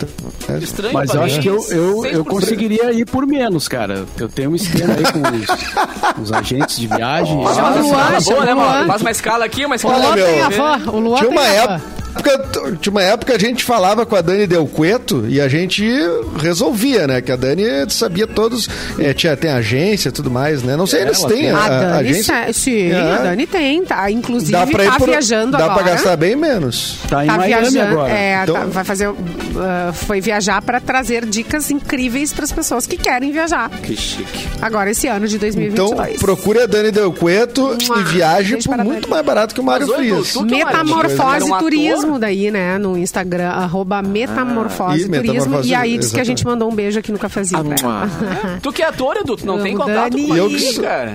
S6: Estranho,
S7: Mas eu
S6: pra
S7: acho
S6: mim,
S7: que eu, eu, eu
S6: 100%.
S7: conseguiria ir por menos, cara. Eu tenho um esquema aí com os, os agentes de viagem. Ah, tá
S6: Faz uma
S5: Ah,
S3: Luan,
S6: escala boa, né,
S3: Luan.
S6: mano? Faz uma escala aqui, uma escala
S5: Olha,
S3: Luan
S5: meu,
S3: tem a fã. O Luan
S5: Tinha
S3: tem
S5: uma
S3: a fã.
S5: época... época, tinha uma época a gente falava com a Dani Del Cueto e a gente resolvia, né? Que a Dani sabia todos, é, tinha, tem agência e tudo mais, né? Não sei ainda se
S7: Ela
S5: tem
S7: tem.
S5: a,
S3: A
S5: a
S3: Dani,
S5: agência.
S3: sa- sim,
S5: É.
S3: a Dani tem, tá? Inclusive,
S5: Dá pra ir
S3: tá
S5: por-
S3: viajando
S5: Dá
S3: agora.
S5: pra gastar bem menos.
S7: Tá em
S3: Tá
S7: Miami
S3: viajando,
S7: agora.
S3: é,
S5: Então-
S3: tá- vai fazer, uh, foi viajar para trazer dicas incríveis para as pessoas que querem viajar.
S1: Que chique.
S3: Agora esse ano de
S5: Então,
S3: 2022.
S5: procure a Dani Del Cueto
S3: Mua,
S5: e viaje
S3: beijo
S5: por
S3: pra
S5: muito
S3: Dani.
S5: mais barato que o Mário
S6: Mas, ô, Edu,
S5: Frias.
S6: tu que é um artista,
S3: Metamorfose
S6: era um ator?
S3: Turismo daí, né? No Instagram, arroba Metamorfose
S5: Ah, e
S3: Turismo.
S5: Metamorfose,
S3: e aí diz que a
S5: exatamente.
S3: gente mandou um beijo aqui no cafezinho. né?
S6: Tu que é ator, Edu, tu não
S3: Amo,
S6: tem contato
S3: Dani.
S6: com
S5: Eu
S6: ele,
S5: que sou-
S6: cara.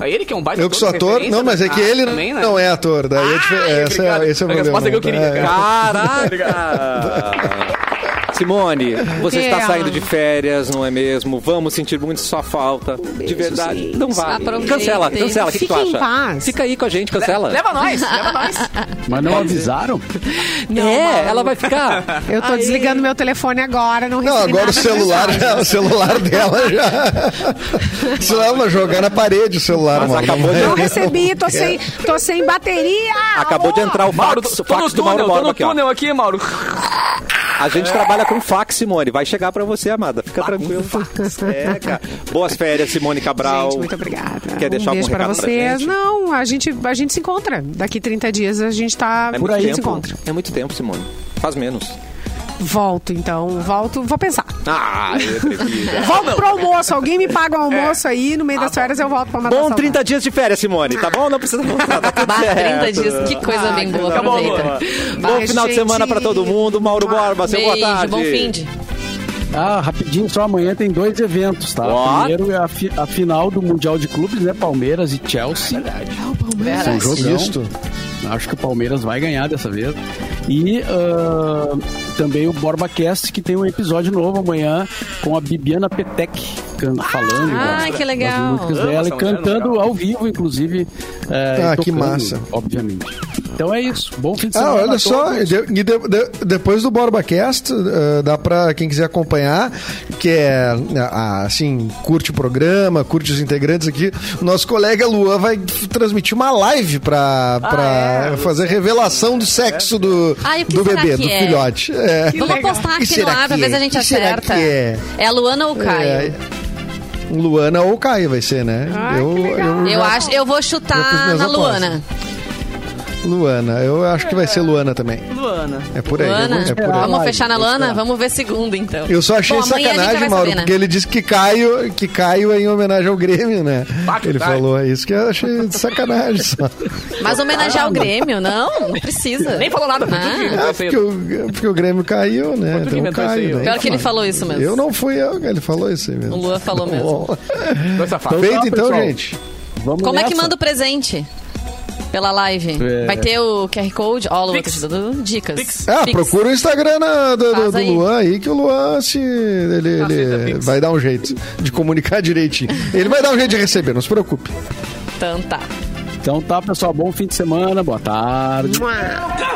S6: É ele que é um baita
S5: Eu que sou
S6: de
S5: ator,
S6: referência
S5: não, mas é
S6: da
S5: que
S6: arte
S5: ele
S6: também, né?
S5: não é ator. Daí
S3: Ah,
S5: é difer- essa é-
S6: obrigado.
S5: esse é o
S6: A
S5: problema.
S6: resposta que eu queria,
S5: É.
S6: cara. Tá
S1: Caraca! Simone, você está
S3: É.
S1: saindo de férias, não é mesmo? Vamos sentir muito sua falta.
S3: Um
S1: de verdade. Não vá.
S2: Aproveitem.
S1: Cancela, cancela. O que, que tu
S3: Fique
S1: acha?
S3: em paz.
S1: Fica aí com a gente, cancela.
S6: Leva nós, leva nós.
S7: Mas não avisaram?
S1: é, ela vai ficar.
S3: Eu tô desligando meu telefone agora, não
S5: Ah. Não,
S3: recebi
S5: agora
S3: nada
S5: o celular,
S3: mensagem.
S5: já- o celular dela já. Se ela vai jogar na parede o celular,
S1: Mas
S5: mano. É
S1: acabou de-
S3: Não recebi, tô sem, tô sem bateria.
S1: Acabou de
S3: alô?
S1: entrar o
S6: Mauro,
S1: fax,
S6: tô,
S1: o
S6: tô no
S1: fax do
S6: túnel,
S1: Mauro
S6: tô
S1: Borba
S6: no
S1: aqui, ó.
S6: túnel É. aqui, Mauro.
S1: A gente trabalha com fax, Simone. Vai chegar pra você, amada. Fica tranquilo. É, cara. Boas férias, Simone Cabral.
S3: Gente, muito obrigada.
S1: Quer deixar
S3: um
S1: algum
S3: beijo pra
S1: recado pra
S3: vocês.
S1: gente?
S3: Não, a gente, a gente se encontra. Daqui 30 dias a gente tá
S1: É
S3: por
S1: muito
S3: aí. se
S1: tempo.
S3: encontra.
S1: É muito tempo, Simone. Faz menos.
S3: Volto, então. Volto. Vou pensar.
S1: Ah, eu prefiro.
S3: Volto pro almoço. Alguém me paga o almoço aí. No meio das férias eu volto pra matar
S1: É.
S3: a
S1: Tá Bom
S3: saudade.
S1: 30 dias de férias, Simone, tá bom? Não precisa voltar, tá tudo
S2: Bah, 30
S1: certo.
S2: dias, que coisa
S3: Ah,
S2: bem
S3: que
S2: boa,
S1: Tá bom,
S2: aproveita.
S1: Luan.
S3: Vai,
S1: Bom final de
S3: gente.
S1: semana pra todo mundo. Mauro Borba, seu boa
S2: Beijo,
S1: tarde.
S2: bom fim de.
S7: Ah, rapidinho, só amanhã tem dois eventos, tá?
S1: Ó.
S7: Primeiro é a, fi- a final do Mundial de Clubes, né? Palmeiras e Chelsea.
S5: Um jogo
S7: Não.
S5: misto.
S7: Acho que o Palmeiras vai ganhar dessa vez. E ah, também o BorbaCast, que tem um episódio novo amanhã com a Bibiana Petec can- falando.
S2: ai, Ah! que legal.
S7: das músicas
S6: Amo
S7: dela e
S6: essa mulher, é
S7: cantando ao vivo, inclusive. eh,
S5: Ah,
S7: e
S5: que
S7: tocando,
S5: massa.
S7: Obviamente. Então é isso. Bom fim de semana.
S5: Ah,
S7: pra
S5: olha só,
S7: todos.
S5: de- e de- de- depois do BorbaCast, eh, dá pra quem quiser acompanhar, que é, ah, assim, curte o programa, curte os integrantes aqui, o nosso colega Luan vai transmitir uma live pra, pra fazer revelação do sexo do,
S2: Ah, e é? o que
S5: do
S2: será
S5: bebê,
S2: que
S5: do
S2: é?
S5: filhote. É.
S2: Vamos
S3: legal.
S2: apostar
S5: Que
S2: aqui no
S5: será
S2: ar,
S5: que
S2: pra ver se
S5: é?
S2: a gente
S5: Que será
S2: acerta.
S5: que é?
S2: É a Luana ou o Caio?
S5: É, Luana ou Caio vai ser, né? eu, eu,
S2: Eu
S5: já-
S2: acho, eu vou
S5: Eu fiz
S2: chutar
S5: minhas
S2: na
S5: apostas.
S2: Luana.
S5: Luana, eu acho que vai ser Luana também.
S6: Luana.
S5: É por aí.
S2: Luana,
S5: é por aí.
S2: vamos
S7: Ai,
S2: fechar na
S7: vou
S2: Luana?
S7: esperar.
S2: Vamos ver segunda, então.
S5: Eu só achei
S2: Bom, amanhã a gente já
S5: sacanagem,
S2: vai
S5: Mauro,
S2: saber, né?
S5: porque ele disse que Caio, que Caio é em homenagem ao Grêmio, né?
S6: Ah, que
S5: ele
S6: Caio.
S5: falou isso que eu achei de sacanagem só.
S2: Mas homenagear o Grêmio, não? Não precisa.
S6: Nem falou nada, foi tu que
S5: Ah,
S6: inventou isso aí.
S5: porque, o, porque o Grêmio caiu, né?
S6: tu que
S5: Então
S6: inventou isso aí,
S5: Caio,
S6: ó.
S5: né?
S2: Pior que ele falou isso mesmo.
S5: Eu não fui eu, ele falou isso aí mesmo.
S2: O Lua falou mesmo.
S5: Bom,
S6: Dois safados.
S5: Feito então,
S7: pessoal.
S5: gente.
S7: Vamos
S2: Como é que
S7: nessa.
S2: manda o presente? Pela live.
S7: É.
S2: Vai ter o QR Code? Ó, Luan,
S6: Pix.
S2: tá te dando dicas.
S6: Pix.
S5: Ah,
S2: Pix.
S5: procura o Instagram na- do, do-
S2: Faz
S5: do
S2: aí.
S5: Luan aí, que o Luan se, ele,
S6: Aceita
S5: ele
S6: Pix.
S5: vai dar um jeito de comunicar direitinho. Ele vai dar um jeito de receber, não se preocupe.
S2: Então tá.
S7: Então tá, pessoal. Bom fim de semana. Boa tarde.
S3: Mua.